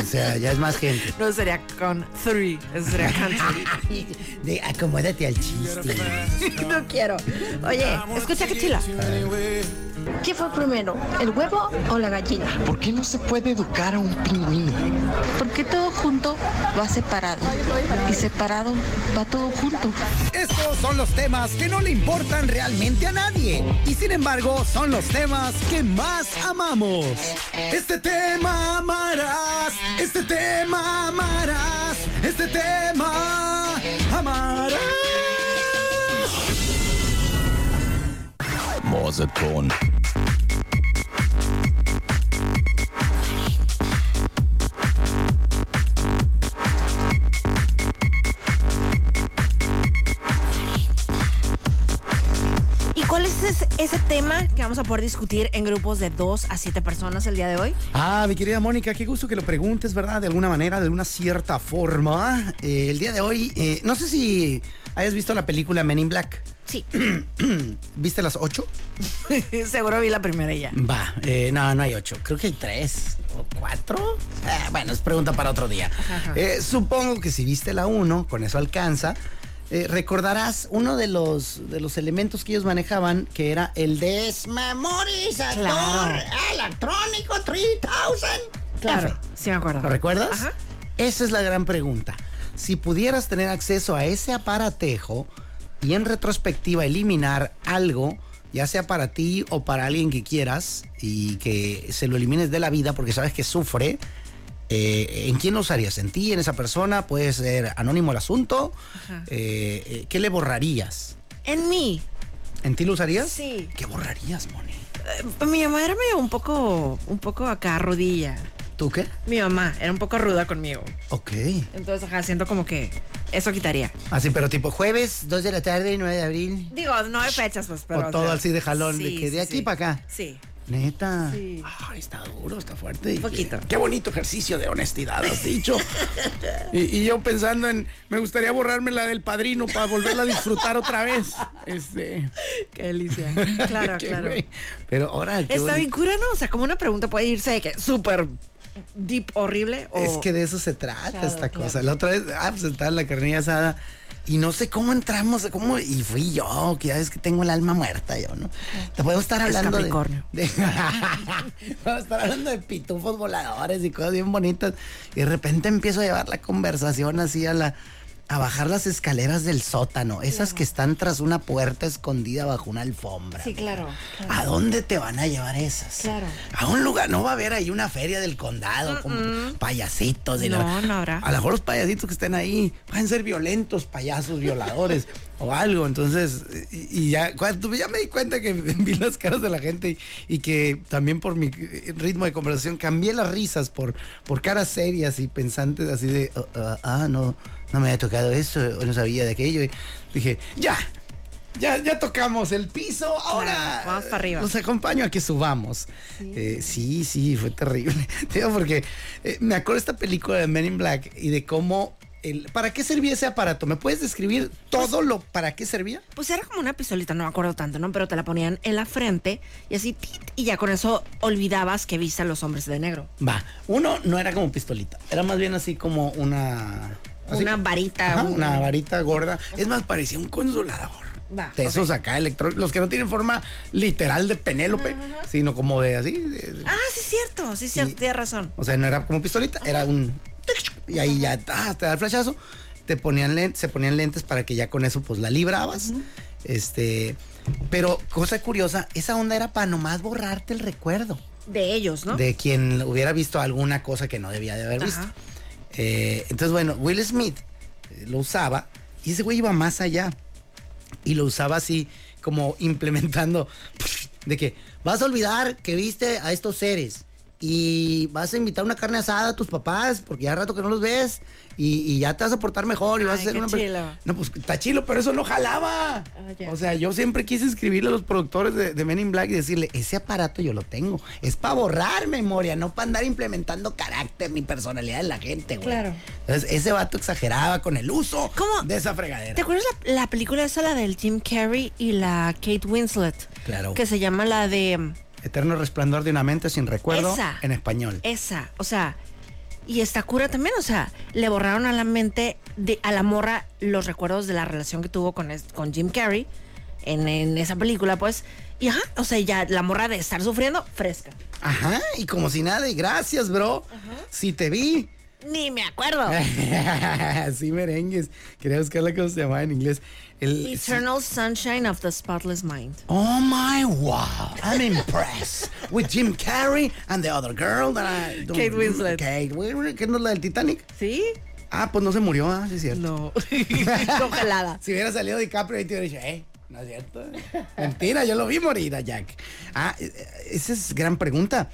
Speaker 3: O sea, ya es más gente.
Speaker 2: No sería con three, eso sería country.
Speaker 3: De acomódate al chiste.
Speaker 2: *laughs* *laughs* no quiero. Oye, escucha qué chila.
Speaker 6: ¿Qué fue primero, el huevo o la gallina?
Speaker 7: ¿Por qué no se puede educar a un pingüino?
Speaker 6: Porque todo junto va separado y separado va todo junto.
Speaker 8: Estos son los temas que no le importan realmente a nadie. Y sin embargo, son los temas que más amamos. Este tema amarás. Este tema amarás. Este tema amarás.
Speaker 9: Morseton.
Speaker 2: ¿Y cuál es ese, ese tema que vamos a poder discutir en grupos de 2 a 7 personas el día de hoy?
Speaker 3: Ah, mi querida Mónica, qué gusto que lo preguntes, ¿verdad? De alguna manera, de una cierta forma. Eh, el día de hoy, eh, no sé si hayas visto la película Men in Black.
Speaker 2: Sí,
Speaker 3: ¿Viste las ocho?
Speaker 2: *laughs* seguro vi la primera ya.
Speaker 3: Va, eh, no, no hay ocho. Creo que hay tres o cuatro. Ah, bueno, es pregunta para otro día. Eh, supongo que si viste la uno, con eso alcanza. Eh, recordarás uno de los, de los elementos que ellos manejaban, que era el desmemorizador
Speaker 2: Claro.
Speaker 3: electrónico 3000.
Speaker 2: Claro,
Speaker 3: F.
Speaker 2: sí me acuerdo.
Speaker 3: ¿Lo recuerdas?
Speaker 2: Ajá.
Speaker 3: Esa es la gran pregunta. Si pudieras tener acceso a ese aparatejo y en retrospectiva eliminar algo, ya sea para ti o para alguien que quieras, y que se lo elimines de la vida porque sabes que sufre, eh, ¿en quién lo usarías? ¿En ti? ¿En esa persona? ¿Puede ser anónimo el asunto? Eh, eh, ¿Qué le borrarías?
Speaker 2: En mí,
Speaker 3: ¿En ti lo usarías?
Speaker 2: Sí.
Speaker 3: ¿Qué borrarías, Moni?
Speaker 2: eh, mi mamá era medio un poco, un poco acá rodilla.
Speaker 3: ¿Tú qué?
Speaker 2: Mi mamá era un poco ruda conmigo.
Speaker 3: Ok.
Speaker 2: Entonces, ajá, siento como que eso quitaría.
Speaker 3: Así, Ah, pero tipo jueves, 2 de la tarde, 9 de abril.
Speaker 2: Digo, no hay fechas, pues, pero.
Speaker 3: O todo
Speaker 2: sea,
Speaker 3: así de jalón, de que de aquí pa' acá.
Speaker 2: Sí.
Speaker 3: Neta.
Speaker 2: Sí.
Speaker 3: Ay, está duro, está fuerte.
Speaker 2: Un poquito.
Speaker 5: Qué bonito ejercicio de honestidad has
Speaker 2: *laughs*
Speaker 5: dicho. Y, y yo pensando en, me gustaría borrarme la del padrino para volverla a disfrutar otra vez.
Speaker 3: *laughs*
Speaker 5: Este,
Speaker 2: Qué delicia. Claro,
Speaker 5: qué
Speaker 2: claro.
Speaker 5: güey.
Speaker 3: Pero ahora qué
Speaker 2: Está
Speaker 3: bonito.
Speaker 2: bien cura, ¿no? O sea, como una pregunta puede irse de que súper deep, horrible o.
Speaker 3: Es que de eso se trata
Speaker 2: Claro,
Speaker 3: esta
Speaker 2: claro.
Speaker 3: cosa. La otra vez, ah, pues estaba en la carnilla asada y no sé cómo entramos, cómo, y fui yo, que ya ves que tengo el alma muerta yo, ¿no? Te podemos estar
Speaker 2: Es
Speaker 3: *laughs* hablando de,
Speaker 2: Capricornio.
Speaker 3: de- Podemos estar hablando de pitufos voladores y cosas bien bonitas. Y de repente empiezo a llevar la conversación así a la a bajar las escaleras del sótano, esas que están tras una puerta escondida bajo una alfombra.
Speaker 2: Sí, claro.
Speaker 3: ¿A dónde te van a llevar esas?
Speaker 2: Claro.
Speaker 3: A un lugar, no va a haber ahí una feria del condado con payasitos. y la-
Speaker 2: No, no habrá.
Speaker 3: A lo mejor los payasitos que estén ahí van a ser violentos, payasos, violadores *laughs* o algo. Entonces, y, y ya, cuando- ya me di cuenta que *laughs* vi las caras de la gente y, y que también por mi ritmo de conversación cambié las risas por, por caras serias y pensantes así de, "Oh, ah, ah, no, no me había tocado eso, o no sabía de aquello. Y dije, ya. Ya, ya tocamos el piso, ahora
Speaker 2: vamos para arriba.
Speaker 3: los acompaño a que subamos. Eh, Sí, sí, fue terrible. *laughs* Te digo porque eh, me acuerdo de esta película de Men in Black y de cómo... El, ¿Para qué servía ese aparato? ¿Me puedes describir todo lo para qué servía?
Speaker 2: Pues era como una pistolita, no me acuerdo tanto, ¿no? Pero te la ponían en la frente y así, tit, y ya con eso olvidabas que viste a los hombres de negro.
Speaker 3: Va, uno no era como pistolita, era más bien así como una... así-
Speaker 2: Una varita.
Speaker 3: Ajá,
Speaker 2: un-
Speaker 3: una varita gorda. Es más, parecía un consolador.
Speaker 2: Va,
Speaker 3: de esos acá, electro, los que no tienen forma literal de Penélope, sino como de así. de- de-
Speaker 2: Ah, sí, es cierto, sí, es cierto,
Speaker 3: Y-
Speaker 2: tienes razón.
Speaker 3: O sea, no era como pistolita, era un... Y ahí ya ah, te da el flechazo. Te ponían len- se ponían lentes para que ya con eso pues la librabas. Este... Pero cosa curiosa, esa onda era para nomás borrarte el recuerdo
Speaker 2: De ellos, ¿no?
Speaker 3: de quien hubiera visto alguna cosa que no debía de haber
Speaker 2: Ajá.
Speaker 3: visto. Eh, entonces, bueno, Will Smith eh, lo usaba y ese güey iba más allá y lo usaba así como implementando *laughs* de que vas a olvidar que viste a estos seres y vas a invitar una carne asada a tus papás porque ya rato que no los ves y, y ya te vas a portar mejor y vas
Speaker 2: Ay,
Speaker 3: a hacer
Speaker 2: qué
Speaker 3: una pe-
Speaker 2: chilo.
Speaker 3: no pues está chilo pero eso no jalaba
Speaker 2: Ah, ya.
Speaker 3: o sea yo siempre quise escribirle a los productores de, de Men in Black y decirle ese aparato yo lo tengo es para borrar memoria no para andar implementando carácter ni personalidad en la gente güey
Speaker 2: Claro.
Speaker 3: entonces ese vato exageraba con el uso
Speaker 2: ¿Cómo?
Speaker 3: de esa fregadera
Speaker 2: ¿Te acuerdas la, la película esa, la del Jim Carrey y la Kate Winslet?
Speaker 3: Claro.
Speaker 2: Que se llama la de...
Speaker 3: Eterno resplandor de una mente sin recuerdo
Speaker 2: Esa. Eh.
Speaker 3: en español.
Speaker 2: Esa, o sea, Y esta cura también, o sea, le borraron a la mente, de, a la morra, los recuerdos de la relación que tuvo con, es- con Jim Carrey en, en esa película, pues. Y ajá, o sea, ya la morra de estar sufriendo, fresca.
Speaker 3: Ajá, y como si nada, y gracias, bro. Si te vi. *laughs*
Speaker 2: Ni me acuerdo.
Speaker 3: sí, merengues. Quería buscarla cómo se llamaba en inglés. El,
Speaker 2: Eternal Sunshine of the Spotless Mind.
Speaker 3: Oh my wow, I'm impressed with Jim Carrey and the other girl that I don't-
Speaker 2: Kate Winslet.
Speaker 3: Kate Winslet, que no es la del Titanic.
Speaker 2: ¿Sí?
Speaker 3: Ah, pues no se murió, ah, sí es cierto.
Speaker 2: No. Ojalá.
Speaker 3: Si hubiera salido DiCaprio ahí te hubiera dicho, eh, no es cierto. *laughs* Mentira, yo lo vi morir a Jack. Ah, eh, esa es gran pregunta.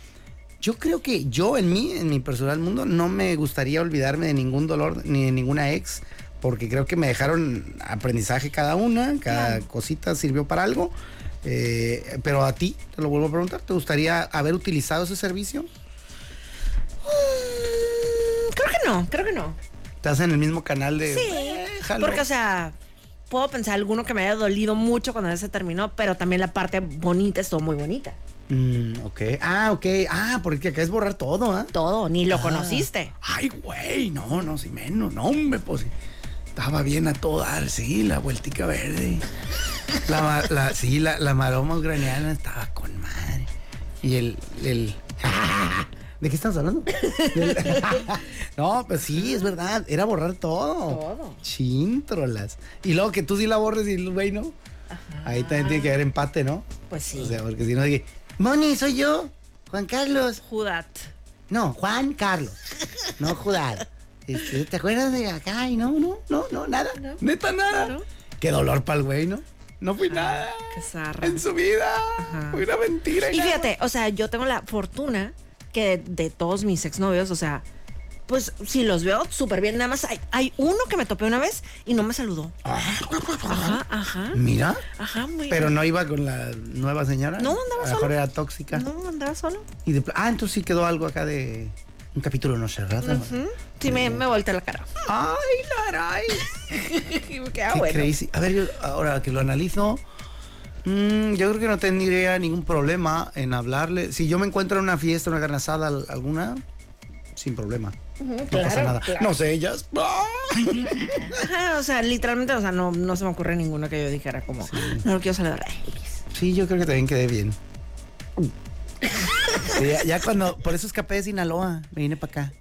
Speaker 3: Yo creo que yo en mí, en mi personal mundo, no me gustaría olvidarme de ningún dolor ni de ninguna ex, porque creo que me dejaron aprendizaje cada una, cada cosita sirvió para algo. Eh, pero a ti, te lo vuelvo a preguntar, ¿te gustaría haber utilizado ese servicio?
Speaker 2: Mm, Creo que no, creo que no.
Speaker 3: ¿Estás en el mismo canal de...
Speaker 2: Sí.
Speaker 3: Eh, jalo.
Speaker 2: Porque, o sea, puedo pensar alguno que me haya dolido mucho cuando se terminó, pero también la parte bonita estuvo muy bonita.
Speaker 3: Mm, ok. Ah, ok. Ah, porque acá es borrar todo, ¿ah?
Speaker 2: Todo, ni lo conociste.
Speaker 5: Ay, güey, no, no, si menos, no, hombre, pues. Estaba bien a todo dar, sí, la vueltica verde.
Speaker 3: La, ma- la- sí, la, la maroma ucraniana estaba con madre. Y el... el- *laughs* ¿De qué estamos hablando? *laughs* Del- no, pues sí, es verdad. Era borrar todo.
Speaker 2: Todo.
Speaker 3: Chintrolas. Y luego que tú sí la borres y el güey no. Ahí también tiene que haber empate, ¿no?
Speaker 2: Pues sí.
Speaker 3: O sea, porque si no dije, Moni, soy yo. Juan Carlos.
Speaker 2: Judat.
Speaker 3: No, Juan Carlos. No Judal. Este, ¿Te acuerdas de acá? Ay, no, no, no, no, nada.
Speaker 5: Neta, nada.
Speaker 2: Claro.
Speaker 3: Qué dolor para el güey, ¿no?
Speaker 5: No fui nada.
Speaker 2: Qué zarra.
Speaker 5: En su vida.
Speaker 2: Ajá.
Speaker 5: Fue una mentira.
Speaker 2: Y
Speaker 5: nada.
Speaker 2: fíjate, o sea, yo tengo la fortuna que de, de todos mis exnovios, o sea, pues si los veo súper bien, nada más hay, hay uno que me topé una vez y no me saludó. Ajá, ajá.
Speaker 3: Ah, Mira.
Speaker 2: Ajá, muy
Speaker 3: Pero no iba con la nueva señora.
Speaker 2: No,
Speaker 3: A
Speaker 2: andaba
Speaker 3: lo mejor
Speaker 2: solo.
Speaker 3: era tóxica.
Speaker 2: No, andaba solo.
Speaker 3: Y de pl- ah, entonces sí quedó algo acá de un capítulo no cerrado.
Speaker 2: ¿Mm? Sí, me, me volteé la cara.
Speaker 3: Ay,
Speaker 2: *laughs*
Speaker 3: Laray.
Speaker 2: Y me quedaba
Speaker 3: Qué
Speaker 2: Ah, bueno.
Speaker 3: crazy. A ver, yo, ahora que lo analizo, mm, yo creo que no tendría ningún problema en hablarle. Si yo me encuentro en una fiesta, una carne asada, al- alguna, sin problema. no pasa nada. No sé, ¡ah! ellas.
Speaker 2: Ajá, o sea, literalmente, o sea, no, no se me ocurre ninguno que yo dijera como, no lo quiero saludar. Ay, X.
Speaker 3: Sí, yo creo que también
Speaker 2: *laughs*
Speaker 3: quedé bien. Sí, ya, ya cuando, por eso escapé de Sinaloa, me vine para acá.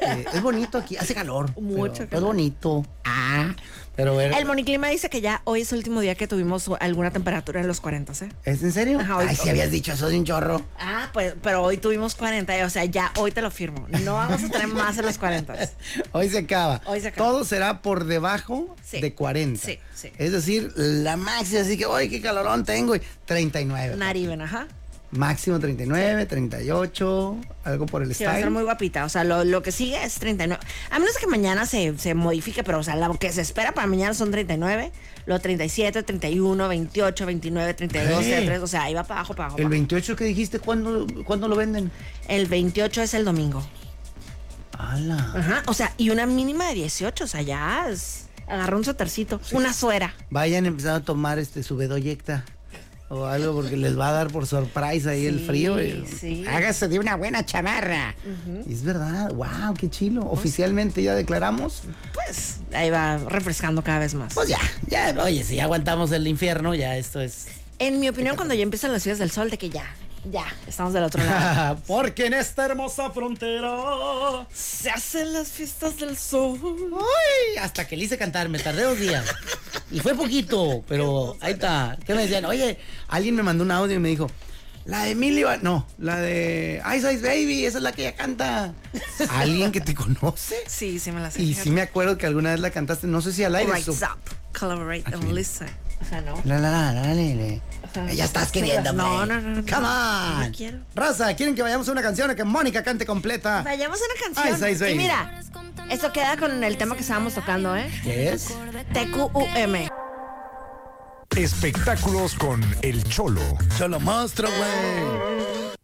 Speaker 3: Eh, es bonito aquí, hace calor.
Speaker 2: Mucho
Speaker 3: pero Es
Speaker 2: calor.
Speaker 3: bonito. Ah, pero bueno.
Speaker 2: El Moniclima dice que ya hoy es el último día que tuvimos alguna temperatura en los 40, ¿eh?
Speaker 3: ¿Es en serio?
Speaker 2: Ajá, hoy-
Speaker 3: Ay, si habías dicho eso de un chorro.
Speaker 2: Ah, pues, pero hoy tuvimos 40, eh, o sea, ya hoy te lo firmo. No vamos a *laughs* tener más en los 40.
Speaker 3: Hoy se acaba.
Speaker 2: Hoy se acaba.
Speaker 3: Todo será por debajo
Speaker 2: Sí.
Speaker 3: de 40.
Speaker 2: Sí, sí.
Speaker 3: Es decir, la máxima, así que, ¡ay, qué calorón tengo! y 39.
Speaker 2: Nariven, ajá.
Speaker 3: Máximo 39, 38, algo por el
Speaker 2: Sí, va a
Speaker 3: style.
Speaker 2: estar muy guapita. O sea, lo, lo que sigue es 39. A menos que mañana se, se modifique, pero o sea, lo que se espera para mañana son 39, luego 37, 31, 28, 29, 32,
Speaker 3: ¿Qué?
Speaker 2: 33. O sea, ahí va para abajo, para abajo.
Speaker 3: El
Speaker 2: para abajo.
Speaker 3: 28 que dijiste, ¿cuándo, ¿cuándo lo venden?
Speaker 2: El 28 es el domingo.
Speaker 3: ¡Hala!
Speaker 2: Ajá. O sea, y una mínima de 18. O sea, ya es. Agarra un sotercito, una suera.
Speaker 3: Vayan empezando a tomar este su bedoyecta o algo porque les va a dar por sorpresa ahí el
Speaker 2: Sí,
Speaker 3: frío. y-
Speaker 2: sí.
Speaker 3: Hágase de una buena chamarra. Y Es verdad, wow, qué chilo. Oficialmente ya declaramos.
Speaker 2: Pues ahí va refrescando cada vez más.
Speaker 3: Pues ya, ya, oye, si ya aguantamos el infierno, ya esto es.
Speaker 2: En mi opinión, cuando ya empiezan las ciudades del sol, de que ya, ya, estamos del otro lado.
Speaker 3: *laughs* porque en esta hermosa frontera.
Speaker 2: *laughs* Se hacen las fiestas del sol.
Speaker 3: Uy, hasta que le hice cantar, me tardé dos días. Y fue poquito, pero ahí está. ¿Qué me decían? Oye, alguien me mandó un audio y me dijo, la de Emilio, no, la de Ice Ice Baby, esa es la que ella canta. Alguien que te conoce.
Speaker 2: Sí, sí me las
Speaker 3: Y sí me acuerdo que alguna vez la cantaste, no sé si al aire.
Speaker 2: Rise
Speaker 3: su-
Speaker 2: up, collaborate and listen. O sea, no.
Speaker 3: La, la, la, la, la, la. Ya estás queriéndome.
Speaker 2: No, no, no, no.
Speaker 3: Come on.
Speaker 2: No quiero.
Speaker 3: Raza, ¿quieren que vayamos a una canción a que Mónica cante completa?
Speaker 2: Vayamos a una
Speaker 3: Ay, sí,
Speaker 2: canción.
Speaker 3: sí.
Speaker 2: Y mira, esto queda con el tema que estábamos tocando, ¿eh?
Speaker 3: ¿Qué es?
Speaker 2: TQUM.
Speaker 1: Espectáculos con El Cholo.
Speaker 5: Solo monstruo, güey.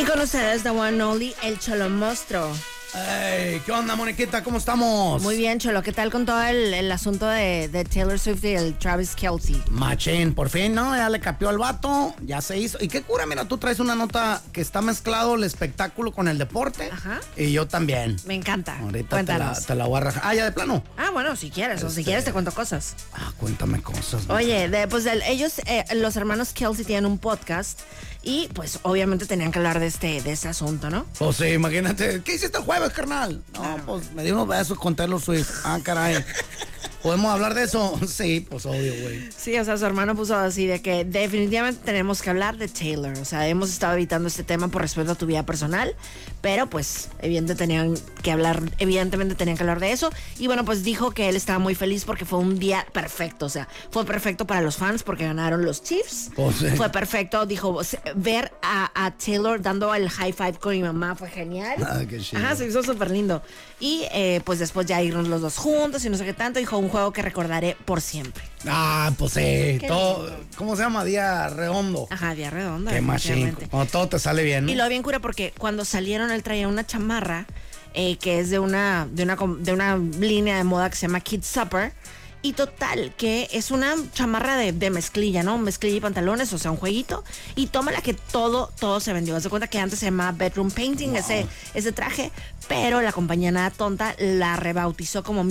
Speaker 2: Y con ustedes, The One and Only, el Cholo Monstruo.
Speaker 5: Ay, ¿Qué onda, Monequeta? ¿Cómo estamos?
Speaker 2: Muy bien, Cholo. ¿Qué tal con todo el, el asunto de, de Taylor Swift y el Travis Kelsey?
Speaker 5: Machín, por fin, ¿no? Ya le capió al vato, ya se hizo. ¿Y qué cura? Mira, tú traes una nota que está mezclado el espectáculo con el deporte.
Speaker 2: Ajá.
Speaker 5: Y yo también.
Speaker 2: Me encanta.
Speaker 5: Ahorita te la,
Speaker 2: Cuéntanos.
Speaker 5: te Este, la voy a rajar. Ah, ya de plano.
Speaker 2: Ah, bueno, si quieres, o si quieres te cuento cosas.
Speaker 5: Ah, cuéntame cosas. güey.
Speaker 2: Oye, de- pues el- ellos, eh, los hermanos Kelsey tienen un podcast y pues obviamente tenían que hablar de este, de este asunto, ¿no?
Speaker 5: Pues sí, imagínate. ¿Qué hiciste el jueves, carnal? No, pues me di unos besos con Taylor Swift. Ah, caray. ¿Podemos hablar de eso? *laughs* Sí, pues obvio, güey.
Speaker 2: Sí, o sea, su hermano puso así de que definitivamente tenemos que hablar de Taylor. O sea, hemos estado evitando este tema por respeto a tu vida personal, pero pues evidentemente tenían que hablar, evidentemente tenían que hablar de eso. Y bueno, pues dijo que él estaba muy feliz porque fue un día perfecto. O sea, fue perfecto para los fans porque ganaron los Chiefs.
Speaker 5: Pues, sí.
Speaker 2: Fue perfecto, dijo, se- ver a, a Taylor dando el high five con mi mamá fue genial.
Speaker 5: Ah, qué chido.
Speaker 2: Ajá, se hizo súper lindo. Y eh, pues después ya irnos los dos juntos y no sé qué tanto. Dijo, un juego que recordaré por siempre.
Speaker 5: Ah, pues sí.
Speaker 2: Qué
Speaker 5: Todo,
Speaker 2: lindo.
Speaker 5: ¿Cómo se llama? Día redondo.
Speaker 2: Ajá, día redonda.
Speaker 5: Qué machín.
Speaker 2: definitivamente.
Speaker 5: Cuando todo te sale bien. ¿no?
Speaker 2: Y lo bien cura porque cuando salieron él traía una chamarra eh, que es de una, de una com- de una línea de moda que se llama Kid Supper. Y total, que es una chamarra de, de mezclilla, ¿no? Mezclilla y pantalones, o sea, un jueguito. Y tómala que todo, todo se vendió. Haz de cuenta que antes se llamaba Bedroom Painting, ese, ese traje. Pero la compañía Nada Tonta la rebautizó como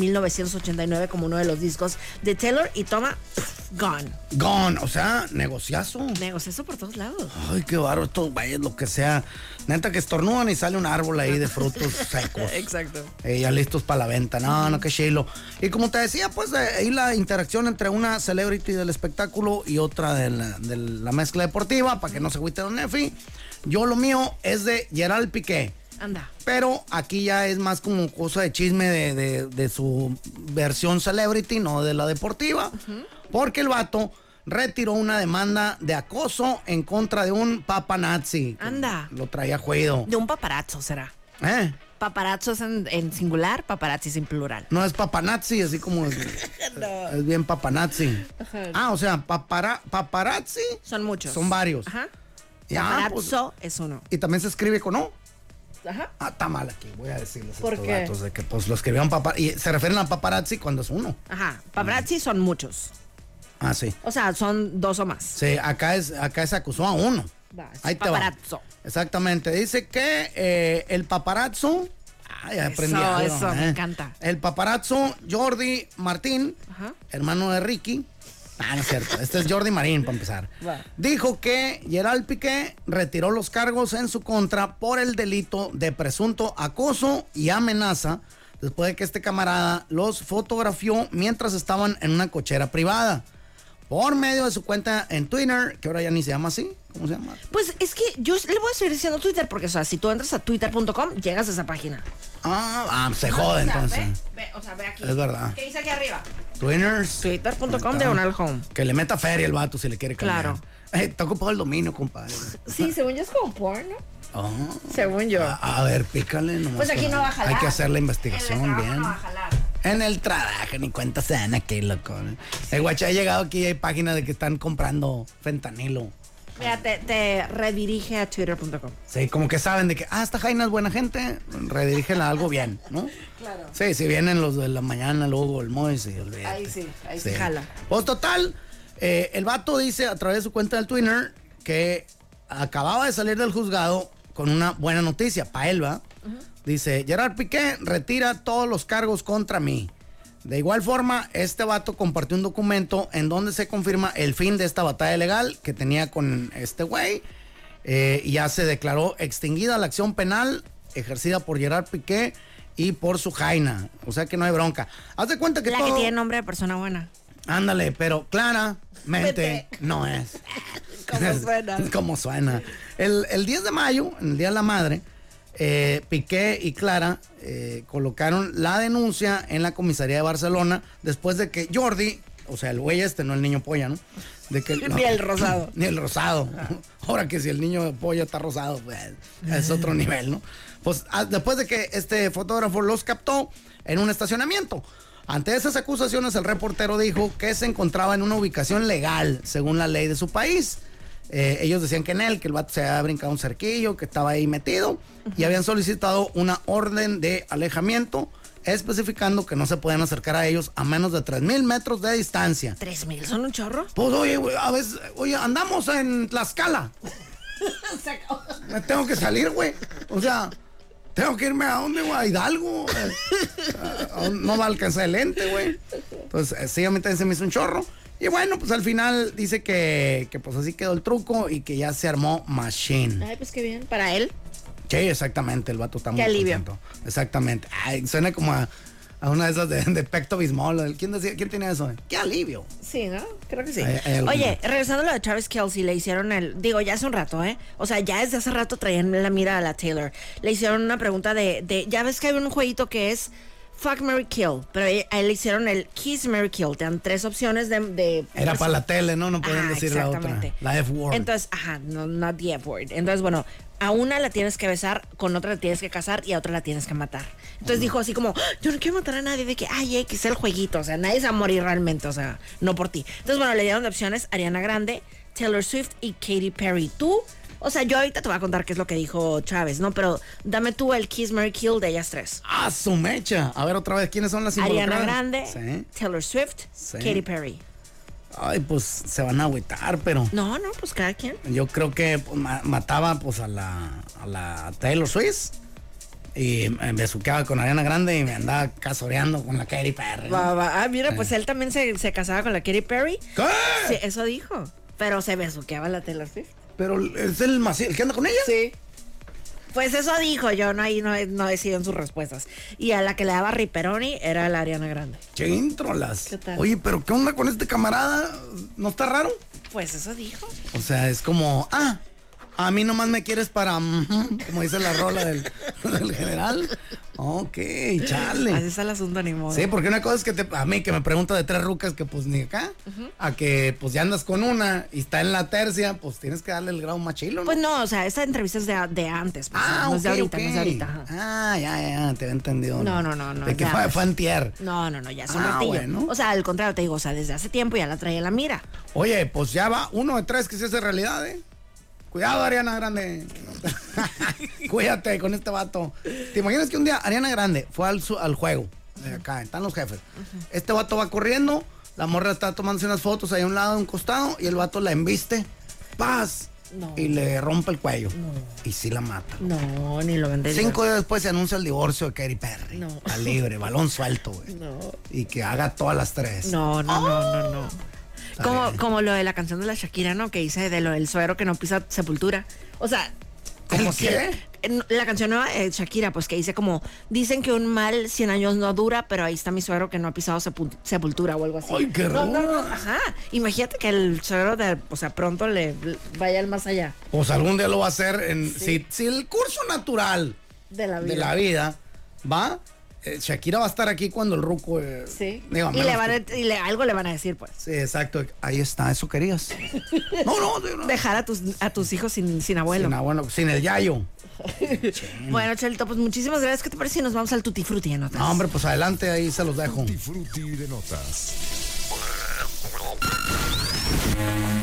Speaker 2: 1989 como uno de los discos de Taylor. Y toma, pff, gone.
Speaker 5: Gone, o sea, negociazo.
Speaker 2: Negocio eso por todos lados.
Speaker 5: Ay, qué barro estos güeyes, lo que sea. Neta que estornudan y sale un árbol ahí
Speaker 2: *laughs*
Speaker 5: de frutos secos.
Speaker 2: Exacto.
Speaker 5: Eh, ya listos para la venta. No, no, qué chilo. Y como te decía, pues eh, ahí la interacción entre una celebrity del espectáculo y otra de la, de la mezcla deportiva, para que no se agüite Don Nefi. Yo lo mío es de Gerald Piqué.
Speaker 2: Anda.
Speaker 5: Pero aquí ya es más como cosa de chisme de, de- de su versión celebrity, no de la deportiva. Porque el vato retiró una demanda de acoso en contra de un papa nazi.
Speaker 2: Anda.
Speaker 5: Lo traía juido.
Speaker 2: De un paparazzo será.
Speaker 5: ¿Eh?
Speaker 2: Paparazzo es en, en singular, paparazzi es en plural.
Speaker 5: No es papanazzi, así como es, es bien papanazzi. Ah, o sea, papara- paparazzi.
Speaker 2: Son muchos.
Speaker 5: Son varios.
Speaker 2: Ajá.
Speaker 5: Ya, pues,
Speaker 2: Paparazzo es uno.
Speaker 5: y también se escribe con O.
Speaker 2: Ajá.
Speaker 5: Ah, está mal aquí, voy a decirles
Speaker 2: ¿Por
Speaker 5: estos
Speaker 2: qué?
Speaker 5: datos de que pues lo escribieron papá y se refieren a paparazzi cuando es uno.
Speaker 2: Ajá. Paparazzi son muchos.
Speaker 5: Ah, sí.
Speaker 2: O sea, son dos o más.
Speaker 5: Sí, acá es, acá se acusó a uno.
Speaker 2: Va, es
Speaker 5: Ahí te va.
Speaker 2: paparazzo.
Speaker 5: Exactamente. Dice que eh, el paparazzo. Ah, ya aprendí
Speaker 2: Eso,
Speaker 5: algo, ¿eh?
Speaker 2: eso, me encanta.
Speaker 5: El paparazzo Jordi Martín,
Speaker 2: Ajá.
Speaker 5: hermano de Ricky. Ah, no es cierto. Este es Jordi Marín, para empezar.
Speaker 2: *laughs* Va.
Speaker 5: Dijo que Gerald Piqué retiró los cargos en su contra por el delito de presunto acoso y amenaza después de que este camarada los fotografió mientras estaban en una cochera privada. Por medio de su cuenta en Twitter, que ahora ya ni se llama así. ¿Cómo se llama?
Speaker 2: Pues es que yo le voy a seguir diciendo Twitter porque, o sea, si tú entras a twitter.com, llegas a esa página.
Speaker 5: Ah, ah, se jode entonces.
Speaker 2: Ve, o sea, ve aquí.
Speaker 5: Es verdad.
Speaker 2: ¿Qué dice aquí arriba?
Speaker 5: Twinners.
Speaker 2: Twitter.com diagonal home.
Speaker 5: Que le meta feria el vato si le quiere cambiar.
Speaker 2: Claro.
Speaker 5: Eh, está ocupado el dominio, compadre.
Speaker 2: Sí, según yo es como porno.
Speaker 5: Ah.
Speaker 2: Según yo.
Speaker 5: A, a ver, pícale nomás.
Speaker 2: Pues aquí no va a jalar.
Speaker 5: Hay que hacer la
Speaker 2: En
Speaker 5: investigación
Speaker 2: el trabajo
Speaker 5: bien.
Speaker 2: no va a jalar.
Speaker 5: En el trabajo, ni cuenta se dan aquí, loco. El guacha ha llegado aquí y hay páginas de que están comprando fentanilo.
Speaker 2: Mira, te, te redirige a twitter.com.
Speaker 5: Sí, como que saben de que, ah, esta Jaina es buena gente, redirígela a algo bien, ¿no? Claro. Sí, si vienen los de la mañana, luego el Mois y olvídate.
Speaker 2: Ahí sí, ahí sí jala.
Speaker 5: Pues total, eh, el vato dice a través de su cuenta del Twitter que acababa de salir del juzgado con una buena noticia, para él, ¿va? Dice, Gerard Piqué retira todos los cargos contra mí. De igual forma, este vato compartió un documento en donde se confirma el fin de esta batalla legal que tenía con este güey. Eh, y ya se declaró extinguida la acción penal ejercida por Gerard Piqué y por su Jaina. O sea que no hay bronca. Haz de cuenta que
Speaker 2: La que
Speaker 5: todo-
Speaker 2: tiene nombre de persona buena.
Speaker 5: Ándale, pero claramente
Speaker 2: Vete. *laughs*
Speaker 5: no es.
Speaker 2: ¿Cómo suena?
Speaker 5: *laughs* Como suena. El, el 10 de mayo, en el Día de la Madre, eh, Piqué y Clara eh, colocaron la denuncia en la comisaría de Barcelona después de que Jordi, o sea, el güey este, no el niño polla, ¿no? De que,
Speaker 2: Ni el rosado.
Speaker 5: Ni el rosado. Ahora que si el niño *laughs* polla está rosado, pues, es otro nivel, ¿no? Pues eh, ah, después de que este fotógrafo los captó en un estacionamiento. Ante esas acusaciones, el reportero dijo que se encontraba en una ubicación legal, según la ley de su país. eh, ellos decían que en él, que el vato se había brincado un cerquillo, que estaba ahí metido, y habían solicitado una orden de alejamiento, especificando que no se podían acercar a ellos a menos de 3.000 metros de distancia.
Speaker 2: ¿Tres mil son un chorro?
Speaker 5: Pues oye, güey, a veces, oye, andamos
Speaker 2: *laughs*
Speaker 5: en Tlaxcala. Me tengo que salir, güey. O sea, tengo que irme a dónde, güey, a Hidalgo. A- a- no va a alcanzar el ente, güey. Entonces, eh, sí, a mí también se me hizo un chorro. Y bueno, pues al final dice que, que pues así quedó el truco y que ya se armó Machine.
Speaker 2: Ay, pues qué bien. Para él.
Speaker 5: Sí, exactamente, el vato está muy
Speaker 2: Qué alivio.
Speaker 5: contento. Exactamente. Ay, suena como a, a una de esas de, de Pecto Bismol. ¿Quién, decía, ¿Quién tenía eso? eh? ¡Qué alivio!
Speaker 2: Sí, ¿no? Creo que sí.
Speaker 5: Hay- hay alguna.
Speaker 2: Oye, regresando a lo de Travis Kelsey, le hicieron el. Digo, ya hace un rato, ¿eh? O sea, ya desde hace rato traían la mira a la Taylor. Le hicieron una pregunta de. de- ya ves que hay un jueguito que es. Fuck Mary Kill. Pero ahí ahí le hicieron el Kiss Mary Kill. Te dan tres opciones de. de-
Speaker 5: Era para la tele, ¿no? No podían
Speaker 2: Ajá,
Speaker 5: decir la otra.
Speaker 2: Ah, exactamente.
Speaker 5: La F-word.
Speaker 2: Entonces, ajá, no, not the F-word. Entonces, bueno, a una la tienes que besar, con otra la tienes que casar y a otra la tienes que matar. Entonces dijo así como, "Ah, yo no quiero matar a nadie, de que, ay, X, el jueguito, o sea, nadie se va a morir realmente, o sea, no por ti. Entonces, bueno, le dieron de opciones Ariana Grande, Taylor Swift y Katy Perry. ¿Tú? O sea, yo ahorita te voy a contar qué es lo que dijo Chávez, ¿no? Pero dame tú el Kiss, Mary Kill de ellas tres.
Speaker 5: ¡Ah, su mecha! A ver otra vez, ¿quiénes son las
Speaker 2: Ariana Grande,
Speaker 5: involucradas? Sí.
Speaker 2: Taylor Swift,
Speaker 5: Sí.
Speaker 2: Katy Perry.
Speaker 5: Ay, pues se van a agüitar, pero
Speaker 2: No, no, pues cada quien.
Speaker 5: yo creo que pues, ma- mataba pues a la, a la Taylor Swift y me besuqueaba con Ariana Grande y me andaba casoreando con la Katy Perry.
Speaker 2: Va, va. Ah, mira, pues él también se, se casaba con la Katy Perry.
Speaker 5: ¿Qué?
Speaker 2: Sí, eso dijo. Pero se besuqueaba la Taylor Swift.
Speaker 5: Pero es el más el que anda con ella.
Speaker 2: Sí. Pues eso dijo yo, no, ahí no, no decidieron sus respuestas. Y a la que le daba Riperoni era la Ariana Grande.
Speaker 5: Chintrolas.
Speaker 2: ¿Qué tal?
Speaker 5: Oye, pero ¿qué onda con este camarada? ¿No está raro?
Speaker 2: Pues eso dijo.
Speaker 5: O sea, es como, ah, a mí nomás me quieres para, ujú, como dice la rola del, *laughs* del general. Ok,
Speaker 2: Así
Speaker 5: chale.
Speaker 2: está el asunto, ni modo.
Speaker 5: Sí, porque una cosa es que te- a mí que me pregunta de tres rucas que pues ni acá, a que pues ya andas con una y está en la tercia, pues tienes que darle el grado machilo, ¿no?
Speaker 2: Pues no, o sea, esta entrevista es de, de antes. pues,
Speaker 5: ah,
Speaker 2: no es de
Speaker 5: ok,
Speaker 2: ahorita,
Speaker 5: ok.
Speaker 2: no es de ahorita. ajá.
Speaker 5: Ah, ya, ya, te he entendido.
Speaker 2: No, no, no, no,
Speaker 5: De que
Speaker 2: ya. pues.
Speaker 5: fue, fue antier.
Speaker 2: No, no, no, ya es un
Speaker 5: Ah,
Speaker 2: ratillo.
Speaker 5: bueno.
Speaker 2: O sea, al contrario, te digo, o sea, desde hace tiempo ya la traía en la mira.
Speaker 5: Oye, pues ya va uno de tres que se hace realidad, ¿eh? Cuidado, Ariana Grande. *laughs* Cuídate con este vato. ¿Te imaginas que un día Ariana Grande fue al, su- al juego? de acá están los jefes. Este vato va corriendo, la morra está tomándose unas fotos ahí a un lado, a un costado, y el vato la embiste. ¡Paz!
Speaker 2: No.
Speaker 5: Y le rompe el cuello. Y sí la mata.
Speaker 2: No, ni lo vendé.
Speaker 5: Cinco días después se anuncia el divorcio de Katy Perry.
Speaker 2: No.
Speaker 5: A libre, balón suelto, güey. Y que haga todas las tres.
Speaker 2: No, no, no, no, no.
Speaker 5: Está
Speaker 2: Como,
Speaker 5: bien.
Speaker 2: como lo de la canción de la Shakira, ¿no? Que dice de lo del suero que no pisa sepultura. O sea, como
Speaker 5: ¿El
Speaker 2: si-
Speaker 5: qué?
Speaker 2: en La canción nueva de Shakira, pues que dice como, dicen que un mal 100 años no dura, pero ahí está mi suero que no ha pisado sepul- sepultura o algo así.
Speaker 5: ¡Ay, qué
Speaker 2: No, no, no,
Speaker 5: ruda!
Speaker 2: Ajá. Imagínate que el suero de, o sea, pronto le le vaya al más allá
Speaker 5: Pues algún día lo va a hacer en. Si, si el curso natural
Speaker 2: de la vida.
Speaker 5: de la vida va, eh, Shakira va a estar aquí cuando el ruco. eh,
Speaker 2: Sí.
Speaker 5: digo, a
Speaker 2: y
Speaker 5: menos
Speaker 2: le van
Speaker 5: que-
Speaker 2: a- y le- algo le van a decir, pues.
Speaker 5: Sí, exacto. Ahí está, eso
Speaker 2: *laughs*
Speaker 5: querías. No, no, sí, no.
Speaker 2: Dejar a tus, a tus hijos sin, sin abuelo.
Speaker 5: Sin, abuelo, sin el yayo.
Speaker 2: Bueno, Chelito, pues muchísimas gracias. ¿Qué te parece si nos vamos al Tutti Frutti en otras?
Speaker 5: No, hombre, pues adelante, ahí se los dejo.
Speaker 1: Disfruti de notas.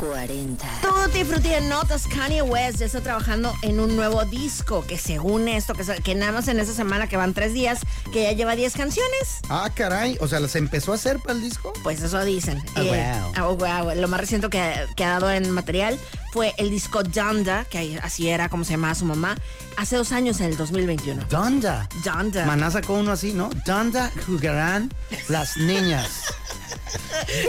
Speaker 10: 40.
Speaker 2: Tutti Frutti en notas, Kanye West ya está trabajando en un nuevo disco que según esto, que, se- que nada más en esa semana que van tres días, que ya lleva 10 canciones.
Speaker 5: Ah, caray. O sea, ¿las empezó a hacer para el disco?
Speaker 2: Pues eso dicen.
Speaker 5: Ah, wow.
Speaker 2: ah, wow. Lo más reciente que, que ha dado en material fue el disco Donda, que ahí- así era como se llamaba su mamá, hace dos años, en el 2021.
Speaker 5: Donda.
Speaker 2: Donda.
Speaker 5: Maná sacó uno así, ¿no? Donda jugarán
Speaker 2: *laughs*
Speaker 5: las niñas.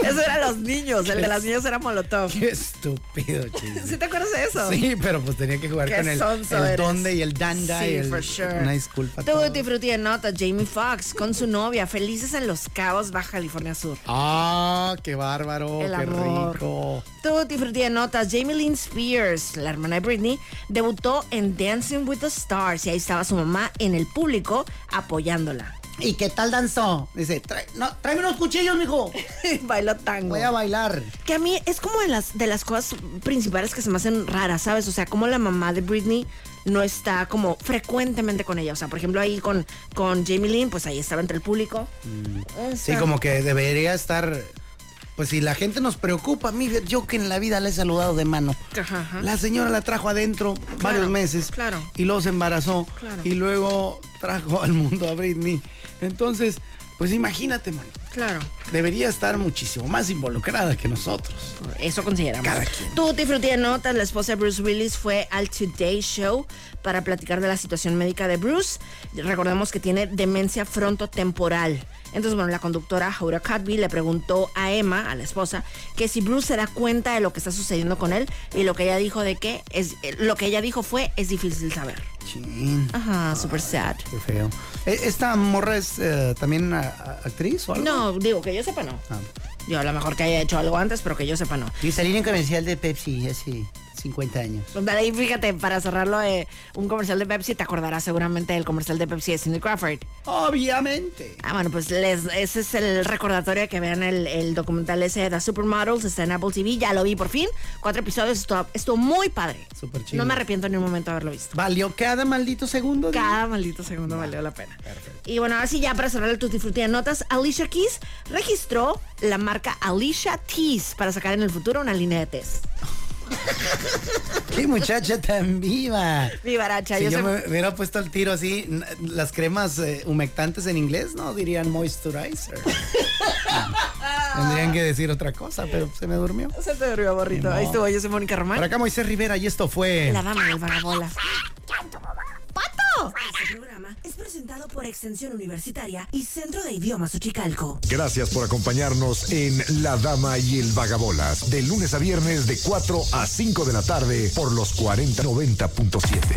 Speaker 2: Eso eran los niños, el de las niñas era Molotov.
Speaker 5: Qué estúpido, chiste.
Speaker 2: ¿Sí te acuerdas de eso?
Speaker 5: Sí, pero pues tenía que jugar
Speaker 2: Qué
Speaker 5: con el,
Speaker 2: sonso
Speaker 5: el
Speaker 2: eres.
Speaker 5: donde y el danda
Speaker 2: Sí,
Speaker 5: y el,
Speaker 2: for sure.
Speaker 5: una disculpa. a todos.
Speaker 2: Tutti Frutti en nota, Jamie Foxx con su novia, felices en Los Cabos, Baja California Sur.
Speaker 5: Ah, qué bárbaro,
Speaker 2: El
Speaker 5: qué
Speaker 2: amor.
Speaker 5: rico.
Speaker 2: Tutti Frutti en notas, Jamie Lynn Spears, la hermana de Britney, debutó en Dancing with the Stars y ahí estaba su mamá en el público apoyándola. *laughs*
Speaker 5: ¿Y qué tal danzó? Dice, "Trae- no, tráeme unos cuchillos, mijo.
Speaker 2: Bailó tango.
Speaker 5: Voy a bailar.
Speaker 2: Que a mí es como de las, de las cosas principales que se me hacen raras, ¿sabes? O sea, como la mamá de Britney no está como frecuentemente con ella. O sea, por ejemplo, ahí con, con Jamie Lynn, pues ahí estaba entre el público.
Speaker 5: Sí, como que debería estar pues si la gente nos preocupa, mire, yo que en la vida la he saludado de mano.
Speaker 2: Ajá, ajá.
Speaker 5: La señora la trajo adentro varios meses.
Speaker 2: claro.
Speaker 5: Y luego se embarazó.
Speaker 2: Claro.
Speaker 5: Y luego trajo al mundo a Britney.
Speaker 11: Entonces, pues imagínate, mano.
Speaker 2: Claro.
Speaker 11: Debería estar muchísimo más involucrada que nosotros.
Speaker 5: Ah,
Speaker 2: Eso consideramos.
Speaker 11: Cada quien.
Speaker 2: Tú, Frutti de Notas, la esposa de Bruce Willis, fue al Today Show para platicar de la situación médica de Bruce. Recordemos que tiene demencia frontotemporal. Entonces, bueno, la conductora Jaura Cadby le preguntó a Emma, a la esposa, que si Bruce se da cuenta de lo que está sucediendo con él y lo que ella dijo de que es eh, lo que ella dijo fue es difícil saber.
Speaker 5: Chin,
Speaker 2: Ajá, super sad.
Speaker 5: qué feo. E- ¿Esta morra es eh, también una a- actriz o algo?
Speaker 2: No, digo que yo sepa no.
Speaker 5: Ah.
Speaker 2: Yo a lo mejor que haya hecho algo antes, pero que yo sepa no.
Speaker 5: Y salir en comercial de Pepsi hace 50 años.
Speaker 2: Pues Dale, y fíjate, para cerrarlo, eh, un comercial de Pepsi, te acordarás seguramente del comercial de Pepsi de Cindy Crawford.
Speaker 5: Obviamente.
Speaker 2: Ah, bueno, pues les- ese es el recordatorio de que vean el, el documental ese de The Supermodels, está en Apple TV, ya lo vi por fin, cuatro episodios, estuvo, estuvo muy padre.
Speaker 5: Súper chido.
Speaker 2: No me arrepiento ni un momento de haberlo visto.
Speaker 5: Valió cada maldito segundo. digo.
Speaker 2: Cada maldito segundo valió la pena. Y bueno, ahora sí, ya para cerrar el Tutti Frutti de notas, Alicia Keys registró la marca Alicia Tees para sacar en el futuro una línea de test.
Speaker 5: Qué muchacha tan viva.
Speaker 2: Vivaracha,
Speaker 5: Si
Speaker 2: yo,
Speaker 5: yo
Speaker 2: soy-
Speaker 5: me hubiera puesto el tiro así, n- las cremas eh, humectantes en inglés no dirían *laughs* moisturizer. Tendrían que decir otra cosa, pero se me durmió.
Speaker 2: Se te durmió, borrito. Ahí estuvo, yo soy Mónica Román.
Speaker 5: Por acá Moisés Rivera y esto fue...
Speaker 2: La dama del vagabola.
Speaker 12: Este programa es presentado por Extensión Universitaria y Centro de Idiomas Uchicalco.
Speaker 1: Gracias por acompañarnos en La Dama y el Vagabolas, de lunes a viernes de 4 a 5 de la tarde por los 4090.7.